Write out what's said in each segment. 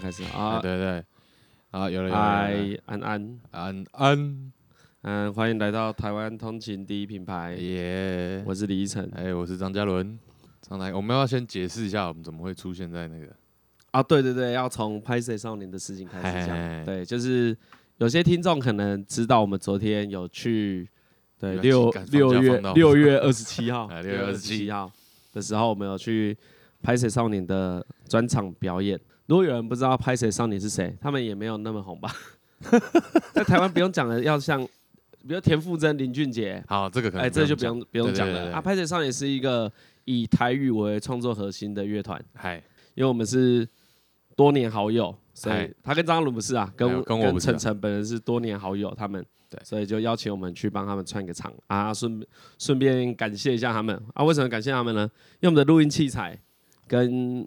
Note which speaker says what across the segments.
Speaker 1: 开始
Speaker 2: 啊
Speaker 1: 啊，
Speaker 2: 对对，啊有了有了有了，
Speaker 1: 嗨，安安，
Speaker 2: 安安
Speaker 1: 嗯，欢迎来到台湾通勤第一品牌，
Speaker 2: 耶，
Speaker 1: 我是李依晨。
Speaker 2: 哎我是张嘉伦，张来，我们要不要先解释一下我们怎么会出现在那个，
Speaker 1: 啊，对对对，要从拍摄少年的事情开始
Speaker 2: 嘿嘿嘿
Speaker 1: 讲。对，就是有些听众可能知道我们昨天有去，对
Speaker 2: 原来
Speaker 1: 六
Speaker 2: 敢放假
Speaker 1: 六月
Speaker 2: 放到，
Speaker 1: 六哎月二十七号
Speaker 2: 啊6月 27
Speaker 1: 号的时候，我们有去拍摄少年的专场表演。如果有人不知道拍摄少年是谁，他们也没有那么红吧？ 在台湾不用讲了，要像比如田馥甄、林俊杰，
Speaker 2: 好这个可能
Speaker 1: 哎，这个就不
Speaker 2: 不用
Speaker 1: 用不用讲
Speaker 2: 对对
Speaker 1: 了。
Speaker 2: 对
Speaker 1: 啊，拍摄少年是一个以台语为创作核心的乐团。
Speaker 2: 讲，嗨
Speaker 1: 因为我们是多年好友，所
Speaker 2: 嗨
Speaker 1: 以他跟张翰伦不是啊，
Speaker 2: 哎
Speaker 1: 跟
Speaker 2: 呦跟我不是
Speaker 1: 晨
Speaker 2: 啊
Speaker 1: 晨本人是多年好友，他们
Speaker 2: 对
Speaker 1: 所以就邀请我们去帮他们串个场啊，顺顺便感谢一下他们啊。为什么感谢他们呢？因为我们的录音器材跟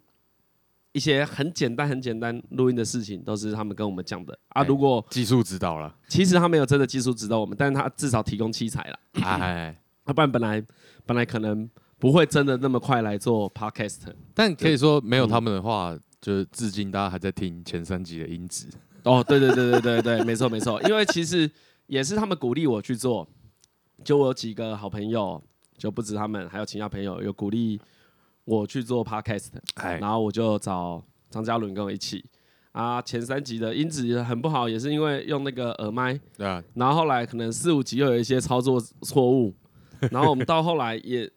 Speaker 1: 一些很简单、很简单录音的事情，都是他们跟我们讲的啊。
Speaker 2: 哎
Speaker 1: 如果
Speaker 2: 技术指导了，
Speaker 1: 其实他没有真的技术指导我们，但是他至少提供器材了，
Speaker 2: 哎，
Speaker 1: 要啊不然本来本来可能不会真的那么快来做 podcast。
Speaker 2: 但可以说没有
Speaker 1: 嗯
Speaker 2: 他们的话，就是至今大家还在听前三集的音质，
Speaker 1: 哦，对对对对对对，没错没错，因为其实也是他们鼓励我去做，就我有几个好朋友，就不止他们，还有其他朋友有鼓励我去做 podcast，
Speaker 2: 哎
Speaker 1: 然后我就找张嘉伦跟我一起啊，前三集的音质很不好，也是因为用那个耳麦，
Speaker 2: 对啊，
Speaker 1: 然后后来可能四五集又有一些操作错误，然后我们到后来也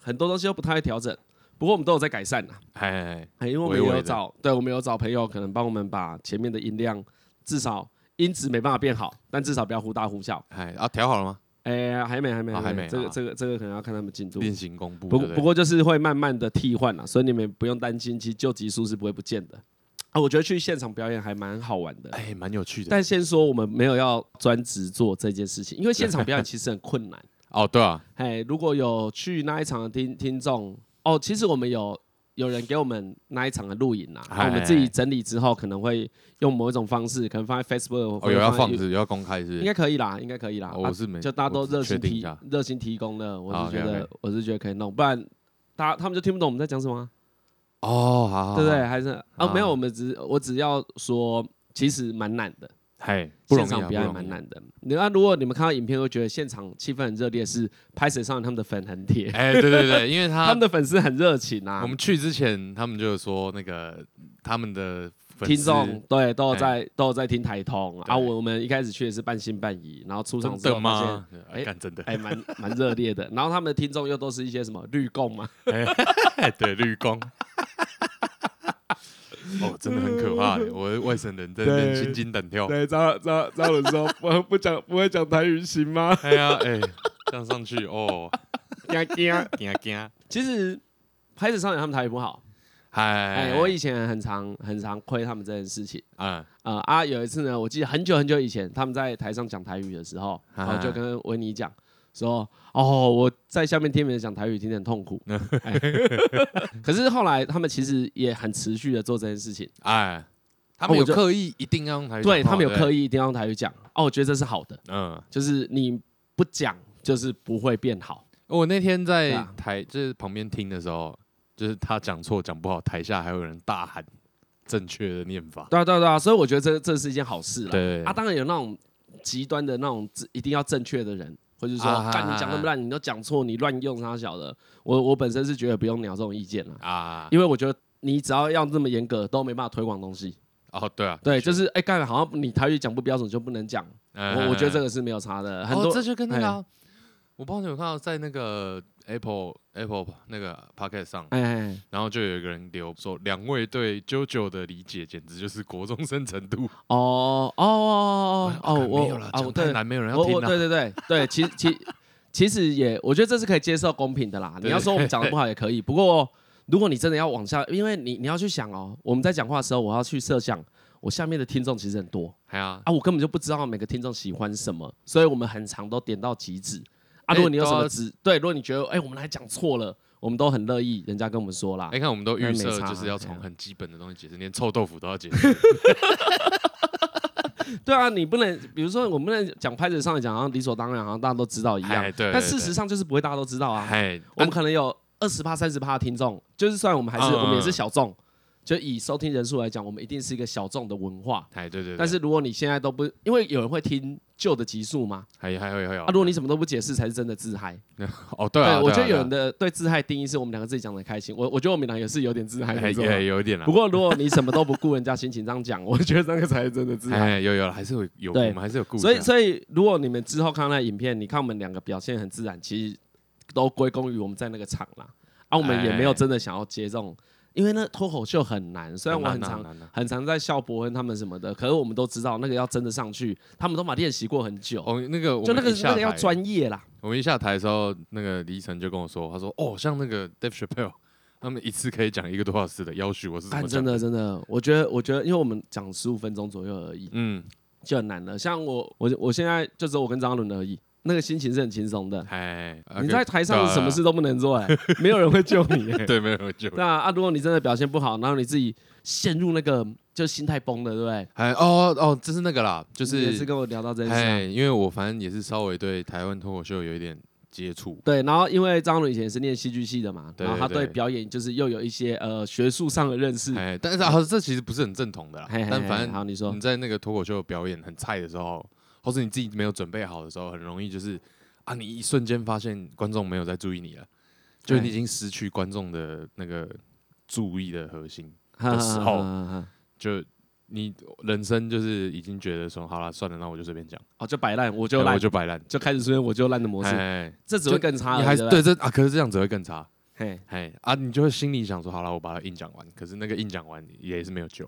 Speaker 1: 很多东西都不太会调整，不过我们都有在改善啊。
Speaker 2: 哎哎
Speaker 1: 哎，因为我们
Speaker 2: 微微
Speaker 1: 有
Speaker 2: 的
Speaker 1: 找，对我们有找朋友，可能帮我们把前面的音量至少音质没办法变好，但至少不要忽大忽小。
Speaker 2: 哎啊调好了吗？
Speaker 1: 哎，还没，还没，
Speaker 2: 啊还没
Speaker 1: 这个，
Speaker 2: 啊
Speaker 1: 这个，这个可能要看他们进度。
Speaker 2: 例行公布，
Speaker 1: 不
Speaker 2: 对
Speaker 1: 过，
Speaker 2: 对
Speaker 1: 不过就是会慢慢的替换了，所以你们不用担心，其实旧集数是不会不见的。啊，我觉得去现场表演还蛮好玩的。
Speaker 2: 哎蛮有趣的，
Speaker 1: 但先说我们没有要专职做这件事情，因为现场表演其实很困难。
Speaker 2: 哦对啊，
Speaker 1: 哎，如果有去那一场的听听众哦，其实我们有有人给我们那一场的录影啊，
Speaker 2: 嗨
Speaker 1: 我们自己整理之后，可能会用某一种方式，可能放在 Facebook 或
Speaker 2: 哦
Speaker 1: 者
Speaker 2: 有要
Speaker 1: 在
Speaker 2: 放
Speaker 1: YouTube
Speaker 2: 是有要公开是不
Speaker 1: 应
Speaker 2: 是，
Speaker 1: 该可以啦，应该可以啦。
Speaker 2: 哦我
Speaker 1: 啊
Speaker 2: 是没
Speaker 1: 就大家都
Speaker 2: 我只
Speaker 1: 热
Speaker 2: 确
Speaker 1: 心
Speaker 2: 定一
Speaker 1: 提
Speaker 2: 下，
Speaker 1: 热心提供了，我
Speaker 2: 好
Speaker 1: 是觉得
Speaker 2: OK，OK
Speaker 1: 我是觉得可以弄，不然大家他们就听不懂我们在讲什么啊，
Speaker 2: 哦好好，
Speaker 1: 对不对？还是
Speaker 2: 好
Speaker 1: 啊，没有，我们只我只要说，其实蛮难的。
Speaker 2: 嗨，不
Speaker 1: 现
Speaker 2: 容易啊，
Speaker 1: 场表演
Speaker 2: 不容
Speaker 1: 蛮
Speaker 2: 易啊。
Speaker 1: 难的。那、如果你们看到影片，会觉得现场气氛很热烈，是拍摄上他们的粉很铁，
Speaker 2: 哎，对对对，因 为
Speaker 1: 他
Speaker 2: 他
Speaker 1: 们的粉丝很热情啊。
Speaker 2: 我们去之前，他们就有说那个他们的粉丝哎
Speaker 1: 听众对都有在都有在听台通啊，
Speaker 2: 对
Speaker 1: 我我们一开始去也是半信半疑，然后出场
Speaker 2: 真
Speaker 1: 之后
Speaker 2: 的
Speaker 1: 发现
Speaker 2: 吗？哎，
Speaker 1: 哎
Speaker 2: 干真的，
Speaker 1: 还蛮 蛮热烈的，然后他们的听众又都是一些什么绿共啊嘛，
Speaker 2: 哎，对 绿光，哦，真的很可怕耶，我的外省人在那边
Speaker 1: 对
Speaker 2: 心惊胆跳。
Speaker 1: 对，张张张伦说不不讲不会讲台语行吗？
Speaker 2: 哎呀，哎，这样上去哦，惊惊，
Speaker 1: 其实拍摄上演他们台语不好，
Speaker 2: 嗨
Speaker 1: 哎，，我以前很常很常亏他们这件事情。
Speaker 2: 啊，
Speaker 1: 呃啊，有一次呢，我记得很久很久以前，他们在台上讲台语的时候，然
Speaker 2: 啊
Speaker 1: 后就跟维尼讲说：“哦，我在下面听别人讲台语，听得很痛苦。哎” 可是后来他们其实也很持续的做这件事情，
Speaker 2: 哎，他
Speaker 1: 啊
Speaker 2: 们有
Speaker 1: 我就
Speaker 2: 刻意一定要用台语讲话，
Speaker 1: 对他们有刻
Speaker 2: 意，
Speaker 1: 意一定要用台语讲。哦，我觉得这是好的，
Speaker 2: 嗯，
Speaker 1: 就是你不讲，就是不会变好。
Speaker 2: 我那天
Speaker 1: 对
Speaker 2: 在
Speaker 1: 啊
Speaker 2: 台就是旁边听的时候，就是他讲错讲不好，台下还有人大喊正确的念法。
Speaker 1: 对啊，对啊，对啊，所以我觉得这这是一件好事了。
Speaker 2: 对
Speaker 1: 啊，当然有那种极端的那种一定要正确的人，或者是说，
Speaker 2: 啊
Speaker 1: 干你讲那么烂，你都讲错，你乱用啥小的。我我本身是觉得不用鸟这种意见啦，
Speaker 2: 啊，
Speaker 1: 因为我觉得你只要要这么严格，都没办法推广东西。
Speaker 2: 哦，对啊，
Speaker 1: 对，
Speaker 2: 的确嗯
Speaker 1: 就是哎，干好像你台语讲不标准就不能讲，我我觉得这
Speaker 2: 个
Speaker 1: 个是没有差的。很多哎
Speaker 2: 哦、这就跟那个啊、我不知道你有看到在那个 Apple Apple 那个 Pocket 上，
Speaker 1: 哎哎
Speaker 2: 然后就有一个人留说，两位对 JoJo 的理解简直就是国中生程度。
Speaker 1: 哦哦哦哦
Speaker 2: 啊
Speaker 1: 哦，
Speaker 2: 干没
Speaker 1: 我
Speaker 2: 有了，
Speaker 1: 哦
Speaker 2: 讲
Speaker 1: 对
Speaker 2: 太，难，没有人要
Speaker 1: 我
Speaker 2: 听啊
Speaker 1: 我
Speaker 2: 了、
Speaker 1: 对对对对，其其其实也，我觉得这是可以接受公平的啦。
Speaker 2: 对
Speaker 1: 你要说我们讲的不好也可以，不过如果你真的要往下，因为你你要去想哦，我们在讲话的时候，我要去设想我下面的听众其实很多
Speaker 2: 哎呀，
Speaker 1: 啊，我根本就不知道每个听众喜欢什么，所以我们很常都点到极致啊。如果你有什
Speaker 2: 哎都
Speaker 1: 么
Speaker 2: 要
Speaker 1: 指对，如果你觉得哎我们来讲错了，我们都很乐意人家跟我们说啦
Speaker 2: 你、。看我们都预
Speaker 1: 那
Speaker 2: 设
Speaker 1: 没差
Speaker 2: 就是要
Speaker 1: 哎
Speaker 2: 从
Speaker 1: 呀
Speaker 2: 很基本的东西解释，连臭豆腐都要解释。
Speaker 1: 对啊，你不能比如说我们不能讲拍子上来讲，好像理所当然，好像大家都知道一样
Speaker 2: 哎，对
Speaker 1: 但
Speaker 2: 对
Speaker 1: 事
Speaker 2: 对
Speaker 1: 实上就是不会大家都知道啊。
Speaker 2: 哎，
Speaker 1: 我们可能有二十趴、三十趴的听众，就是算我们还是、
Speaker 2: 嗯
Speaker 1: 我们也是小众，就以收听人数来讲，我们一定是一个小众的文化。
Speaker 2: 哎，对对对，
Speaker 1: 但是如果你现在都不，因为有人会听旧的集数嘛，
Speaker 2: 还还有还有
Speaker 1: 啊，如果你什么都不解释，才是真的自嗨。
Speaker 2: 哦，对啊，
Speaker 1: 我觉得有人
Speaker 2: 的
Speaker 1: 的对自嗨定义是我们两个自己讲的开心，我我觉得我们两个是有点自嗨
Speaker 2: 还
Speaker 1: 的这种啊
Speaker 2: 也有一点啦
Speaker 1: 不，过如果你什么都不顾人家心情这样讲，我觉得那个才是真的自嗨。
Speaker 2: 哎，有有还是有有，我
Speaker 1: 对
Speaker 2: 们还是有故事啊，
Speaker 1: 所以，所以如果你们之后看那影片，你看我们两个表现很自然，其实都归功于我们在那个场啦。
Speaker 2: 哎
Speaker 1: 啊，我们也没有真的想要接这种，因为那脱口秀很难。虽然我很
Speaker 2: 难啊
Speaker 1: 常
Speaker 2: 难啊
Speaker 1: 很常在笑伯恩他们什么的，可是我们都知道那个要真的上去，他们都嘛练习过很久，
Speaker 2: 哦，那个我
Speaker 1: 就那个
Speaker 2: 们一下
Speaker 1: 那个要
Speaker 2: 台
Speaker 1: 专业啦。
Speaker 2: 我们一下台的时候，那个黎晨就跟我说，他说：“哦，像那个 Dave Chappelle，他 们一次可以讲一个多小时的要许嗯我是怎
Speaker 1: 但
Speaker 2: 么
Speaker 1: 真
Speaker 2: 讲
Speaker 1: 的真的，我觉得我觉得，因为我们讲十五分钟左右而已，
Speaker 2: 嗯，
Speaker 1: 就很难了。像我我我现在就只有我跟张伦而已，那个心情是很轻松的。
Speaker 2: 哎，
Speaker 1: 你
Speaker 2: OK，
Speaker 1: 在台
Speaker 2: 对
Speaker 1: 上
Speaker 2: 啊
Speaker 1: 什么事都不能做、哎，没有人会救你、哎
Speaker 2: 对没有就
Speaker 1: 对啊，啊，如果你真的表现不好，然后你自己陷入那个就心态崩了，对不对？
Speaker 2: 哎哦哦，这是那个啦，就
Speaker 1: 你也是
Speaker 2: 是
Speaker 1: 跟我聊到这件事啊、
Speaker 2: 哎，因为我反正也是稍微对台湾脱口秀有一点接触，
Speaker 1: 对，然后因为张伦以前也是念戏剧系的嘛，
Speaker 2: 对
Speaker 1: 然后他
Speaker 2: 对对
Speaker 1: 对表演就是又有一些呃学术上的认识。
Speaker 2: 哎，但是啊，这其实不是很正统的啦，
Speaker 1: 嘿嘿
Speaker 2: 但
Speaker 1: 嘿
Speaker 2: 反正
Speaker 1: 好，你说
Speaker 2: 你在那个脱口秀表演很菜的时候，或是你自己没有准备好的时候，很容易就是啊，你一瞬间发现观众没有在注意你了，就
Speaker 1: 对
Speaker 2: 你已经失去观众的那个注意的核心，
Speaker 1: 哈
Speaker 2: 时
Speaker 1: 哈
Speaker 2: 候
Speaker 1: 哈哈哈
Speaker 2: 就你人生就是已经觉得说好了，算了，那我就随便讲，
Speaker 1: 哦，就摆烂，我就
Speaker 2: 哎
Speaker 1: 烂
Speaker 2: 我，就摆烂。
Speaker 1: 就开始出现我就烂的模式，
Speaker 2: 哎，
Speaker 1: 这只会更差而已。
Speaker 2: 你
Speaker 1: 对
Speaker 2: 还是
Speaker 1: 不对，
Speaker 2: 对这啊，可是这样只会更差。
Speaker 1: 嘿，
Speaker 2: 哎啊，你就会心里想说，好了，我把它硬讲完，可是那个硬讲完也是没有救，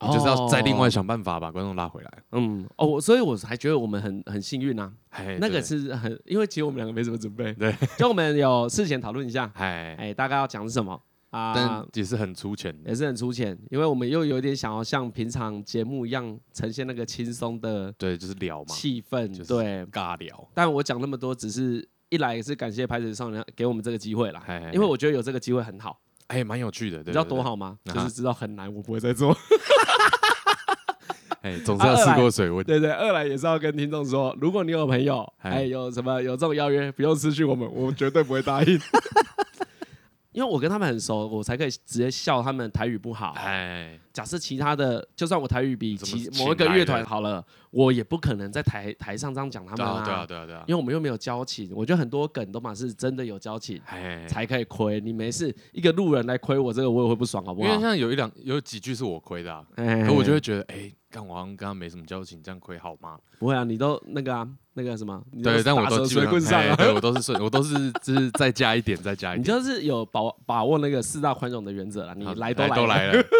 Speaker 2: 你就是要再另外
Speaker 1: 哦
Speaker 2: 想办法把观众拉回来。
Speaker 1: 嗯，哦，我所以我才觉得我们很很幸运啊，
Speaker 2: 哎，
Speaker 1: 那
Speaker 2: 对
Speaker 1: 个是很，因为其实我们两个没什么准备，
Speaker 2: 对，
Speaker 1: 就我们有事前讨论一下，
Speaker 2: 哎，
Speaker 1: 哎，呃大概要讲什么啊？
Speaker 2: 但也是很粗浅的。
Speaker 1: 也是很粗浅，因为我们又有点想要像平常节目一样呈现那个轻松的
Speaker 2: 对，就是聊嘛，
Speaker 1: 气氛，
Speaker 2: 就是
Speaker 1: 对。
Speaker 2: 尬聊。
Speaker 1: 但我讲那么多，只是一来也是感谢拍子少年给我们这个机会啦，
Speaker 2: 嘿嘿嘿
Speaker 1: 因为我觉得有这个机会很好，
Speaker 2: 哎，蛮有趣的，
Speaker 1: 你
Speaker 2: 对，
Speaker 1: 知道
Speaker 2: 对
Speaker 1: 多。好吗？
Speaker 2: 啊
Speaker 1: 就
Speaker 2: 哈
Speaker 1: 是知道很难，我不会再做。
Speaker 2: 对哎，总是要试过水温。
Speaker 1: 对对，啊二来也是要跟听众说，如果你有朋友
Speaker 2: 哎
Speaker 1: 哎有什么有这种邀约，不用失去我们，我绝对不会答应。 因为我跟他们很熟，我才可以直接笑他们台语不好。啊
Speaker 2: 哎，
Speaker 1: 假设其他的，就算我台语比
Speaker 2: 怎么
Speaker 1: 其
Speaker 2: 请
Speaker 1: 某一个
Speaker 2: 来
Speaker 1: 乐
Speaker 2: 的
Speaker 1: 团好了，我也不可能在台台上这样讲他
Speaker 2: 对
Speaker 1: 们
Speaker 2: 啊，对啊，对啊，对啊
Speaker 1: 因。为我们又没有交情，我觉得很多梗都嘛是真的有交情
Speaker 2: 哎，
Speaker 1: 才可以亏。你没事，一个路人来亏我这个，我也会不爽，好不
Speaker 2: 因为
Speaker 1: 好？
Speaker 2: 像有一两有几句是我亏的啊，
Speaker 1: 哎
Speaker 2: 可我就会觉得，哎，干我好像跟他没什么交情，这样亏好吗？
Speaker 1: 不会啊，你都那个啊，那个什么，你
Speaker 2: 对，
Speaker 1: 是
Speaker 2: 但我
Speaker 1: 打
Speaker 2: 都
Speaker 1: 蛇
Speaker 2: 基本
Speaker 1: 随棍
Speaker 2: 上，
Speaker 1: 上
Speaker 2: 哎
Speaker 1: 啊，
Speaker 2: 对我都是顺，我都是就是再加一点，再加 一
Speaker 1: 哎你
Speaker 2: 点。
Speaker 1: 就是有把握把握那个四大宽容的原则啦，你
Speaker 2: 好
Speaker 1: 来
Speaker 2: 哎
Speaker 1: 都来
Speaker 2: 都来 了。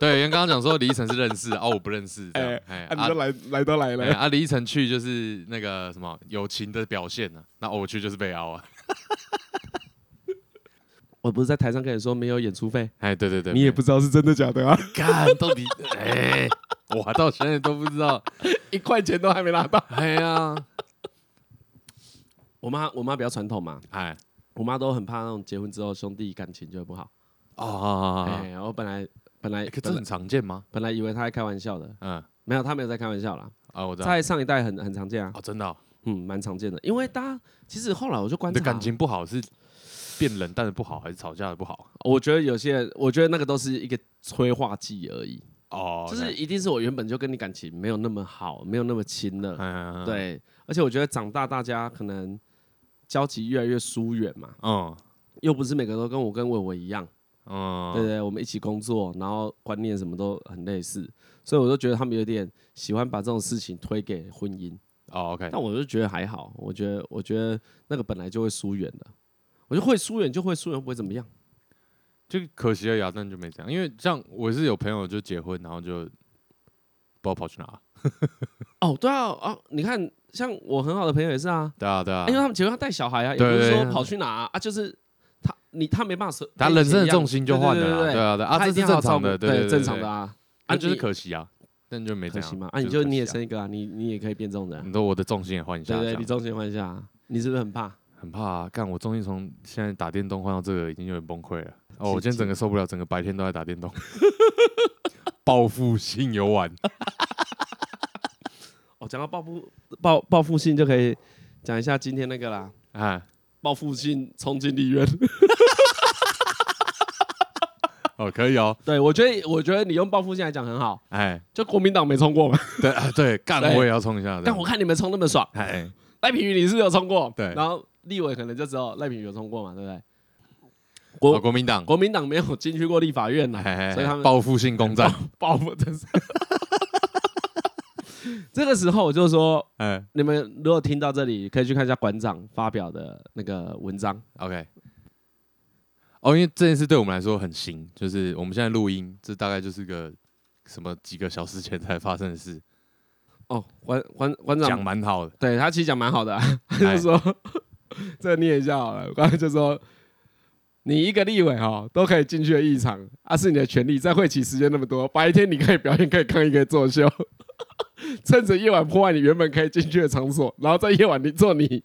Speaker 2: 对，因为刚刚讲说李依晨是认识，哦，我不认识，这样。哎，啊
Speaker 1: 来来都来
Speaker 2: 哎，啊，李依晨去就是那个什么友情的表现呢、那我去就是被凹啊。
Speaker 1: 我不是在台上跟你说没有演出费，
Speaker 2: 哎，对对对，
Speaker 1: 你也不知道是真的假的啊，
Speaker 2: 干，到底哎，我到现在都不知道。
Speaker 1: 一块钱都还没拿到。
Speaker 2: 哎呀，
Speaker 1: 我妈我妈比较传统嘛，
Speaker 2: 哎，
Speaker 1: 我妈都很怕那种结婚之后兄弟感情就会不好。
Speaker 2: 哦，好好好，
Speaker 1: 哎，我本来本来
Speaker 2: 哎可这
Speaker 1: 本来
Speaker 2: 很常见吗？
Speaker 1: 本来以为她在开玩笑的，
Speaker 2: 嗯，
Speaker 1: 没有，她没有在开玩笑啦，
Speaker 2: 啊，我知道。
Speaker 1: 在上一代很很常见啊，
Speaker 2: 哦，真的哦、
Speaker 1: 嗯，蛮常见的。因为大家其实后来我就观
Speaker 2: 你的
Speaker 1: 察，
Speaker 2: 感情不好是变冷淡的不好，还是吵架的不好？
Speaker 1: 我觉得有些人，我觉得那个都是一个催化剂而已，
Speaker 2: 哦，
Speaker 1: 就是一定是我原本就跟你感情没有那么好，没有那么亲了。
Speaker 2: 嗯，嗯，
Speaker 1: 对，而且我觉得长大大家可能交集越来越疏远嘛，
Speaker 2: 嗯
Speaker 1: 又不是每个都跟我跟伟伟一样，
Speaker 2: 嗯，
Speaker 1: 对对，我们一起工作，然后观念什么都很类似，所以我就觉得他们有点喜欢把这种事情推给婚姻，
Speaker 2: 哦，OK，
Speaker 1: 但我就觉得还好，我觉得我觉得那个本来就会疏远的，我就会疏远就会疏远，不会怎么样。
Speaker 2: 就可惜了呀，但就没这样，因为像我是有朋友就结婚，然后就不知道跑去哪，
Speaker 1: 哦，对啊，啊，你看，像我很好的朋友也是啊，
Speaker 2: 对啊对啊
Speaker 1: 因为，他们结婚要带小孩啊，也不
Speaker 2: 对
Speaker 1: 是
Speaker 2: 对
Speaker 1: 说跑去哪啊，啊就是他你他没办法，
Speaker 2: 他人生的重心就换了
Speaker 1: 对
Speaker 2: 啦，
Speaker 1: 对
Speaker 2: 对
Speaker 1: 对
Speaker 2: 啊对啊，
Speaker 1: 他
Speaker 2: 这
Speaker 1: 一
Speaker 2: 是
Speaker 1: 定
Speaker 2: 正
Speaker 1: 要
Speaker 2: 常
Speaker 1: 照顾
Speaker 2: 的，
Speaker 1: 对
Speaker 2: 对
Speaker 1: 正常的，啊，
Speaker 2: 啊就是
Speaker 1: 你
Speaker 2: 可惜啊，但就没
Speaker 1: 可
Speaker 2: 这样
Speaker 1: 惜嘛，啊，你
Speaker 2: 就
Speaker 1: 就是
Speaker 2: 可
Speaker 1: 你也
Speaker 2: 惜啊
Speaker 1: 生一个啊，你你也可以变这种人啊
Speaker 2: 你，说我的重心也换一下，
Speaker 1: 对
Speaker 2: 这
Speaker 1: 对，
Speaker 2: 样
Speaker 1: 你重心换一下啊，你是不是很怕？
Speaker 2: 很怕啊干，我重心从现在打电动换到这个已经有点崩溃了，哦，
Speaker 1: 是
Speaker 2: 我今天整个受不了，整个白天都在打电动， 报复性游玩，
Speaker 1: 哦，讲到报复报报复性就可以讲一下今天那个啦，
Speaker 2: 哎，
Speaker 1: 报复性冲进立院，
Speaker 2: 哦哦，可以哦，
Speaker 1: 对我觉得，我觉得你用报复性来讲很好，
Speaker 2: 哎，
Speaker 1: 就国民党没冲过嘛，
Speaker 2: 对啊，对，干
Speaker 1: 对
Speaker 2: 我也要冲一下，这
Speaker 1: 但
Speaker 2: 样
Speaker 1: 我看你们冲那么爽，
Speaker 2: 哎，
Speaker 1: 赖品妤你是有冲过，
Speaker 2: 对
Speaker 1: 然后立委可能就只有赖品妤有冲过嘛，对不对？
Speaker 2: 哦
Speaker 1: 国
Speaker 2: 国民党，
Speaker 1: 国民党没有进去过立法院呐
Speaker 2: 哎，哎，
Speaker 1: 所以他
Speaker 2: 哎
Speaker 1: 们
Speaker 2: 报复性攻占，
Speaker 1: 报复真是。 这个时候我就说，
Speaker 2: 哎
Speaker 1: 你们如果听到这里，可以去看一下馆长发表的那个文章。
Speaker 2: ，OK。哦，因为这件事对我们来说很新，就是我们现在录音，这大概就是个什么几个小时前才发生的事，
Speaker 1: 哦，馆馆馆
Speaker 2: 讲
Speaker 1: 长，
Speaker 2: 蛮好的，
Speaker 1: 对他其实讲蛮好的、啊，他
Speaker 2: 哎
Speaker 1: 就 说，这个念一下好了，刚才就说。你一个立委哦，都可以进去的议场，啊是你的权利，在会期时间那么多，白天你可以表演，可以抗议，可以作秀， 趁着夜晚破坏你原本可以进去的场所，然后在夜晚你做你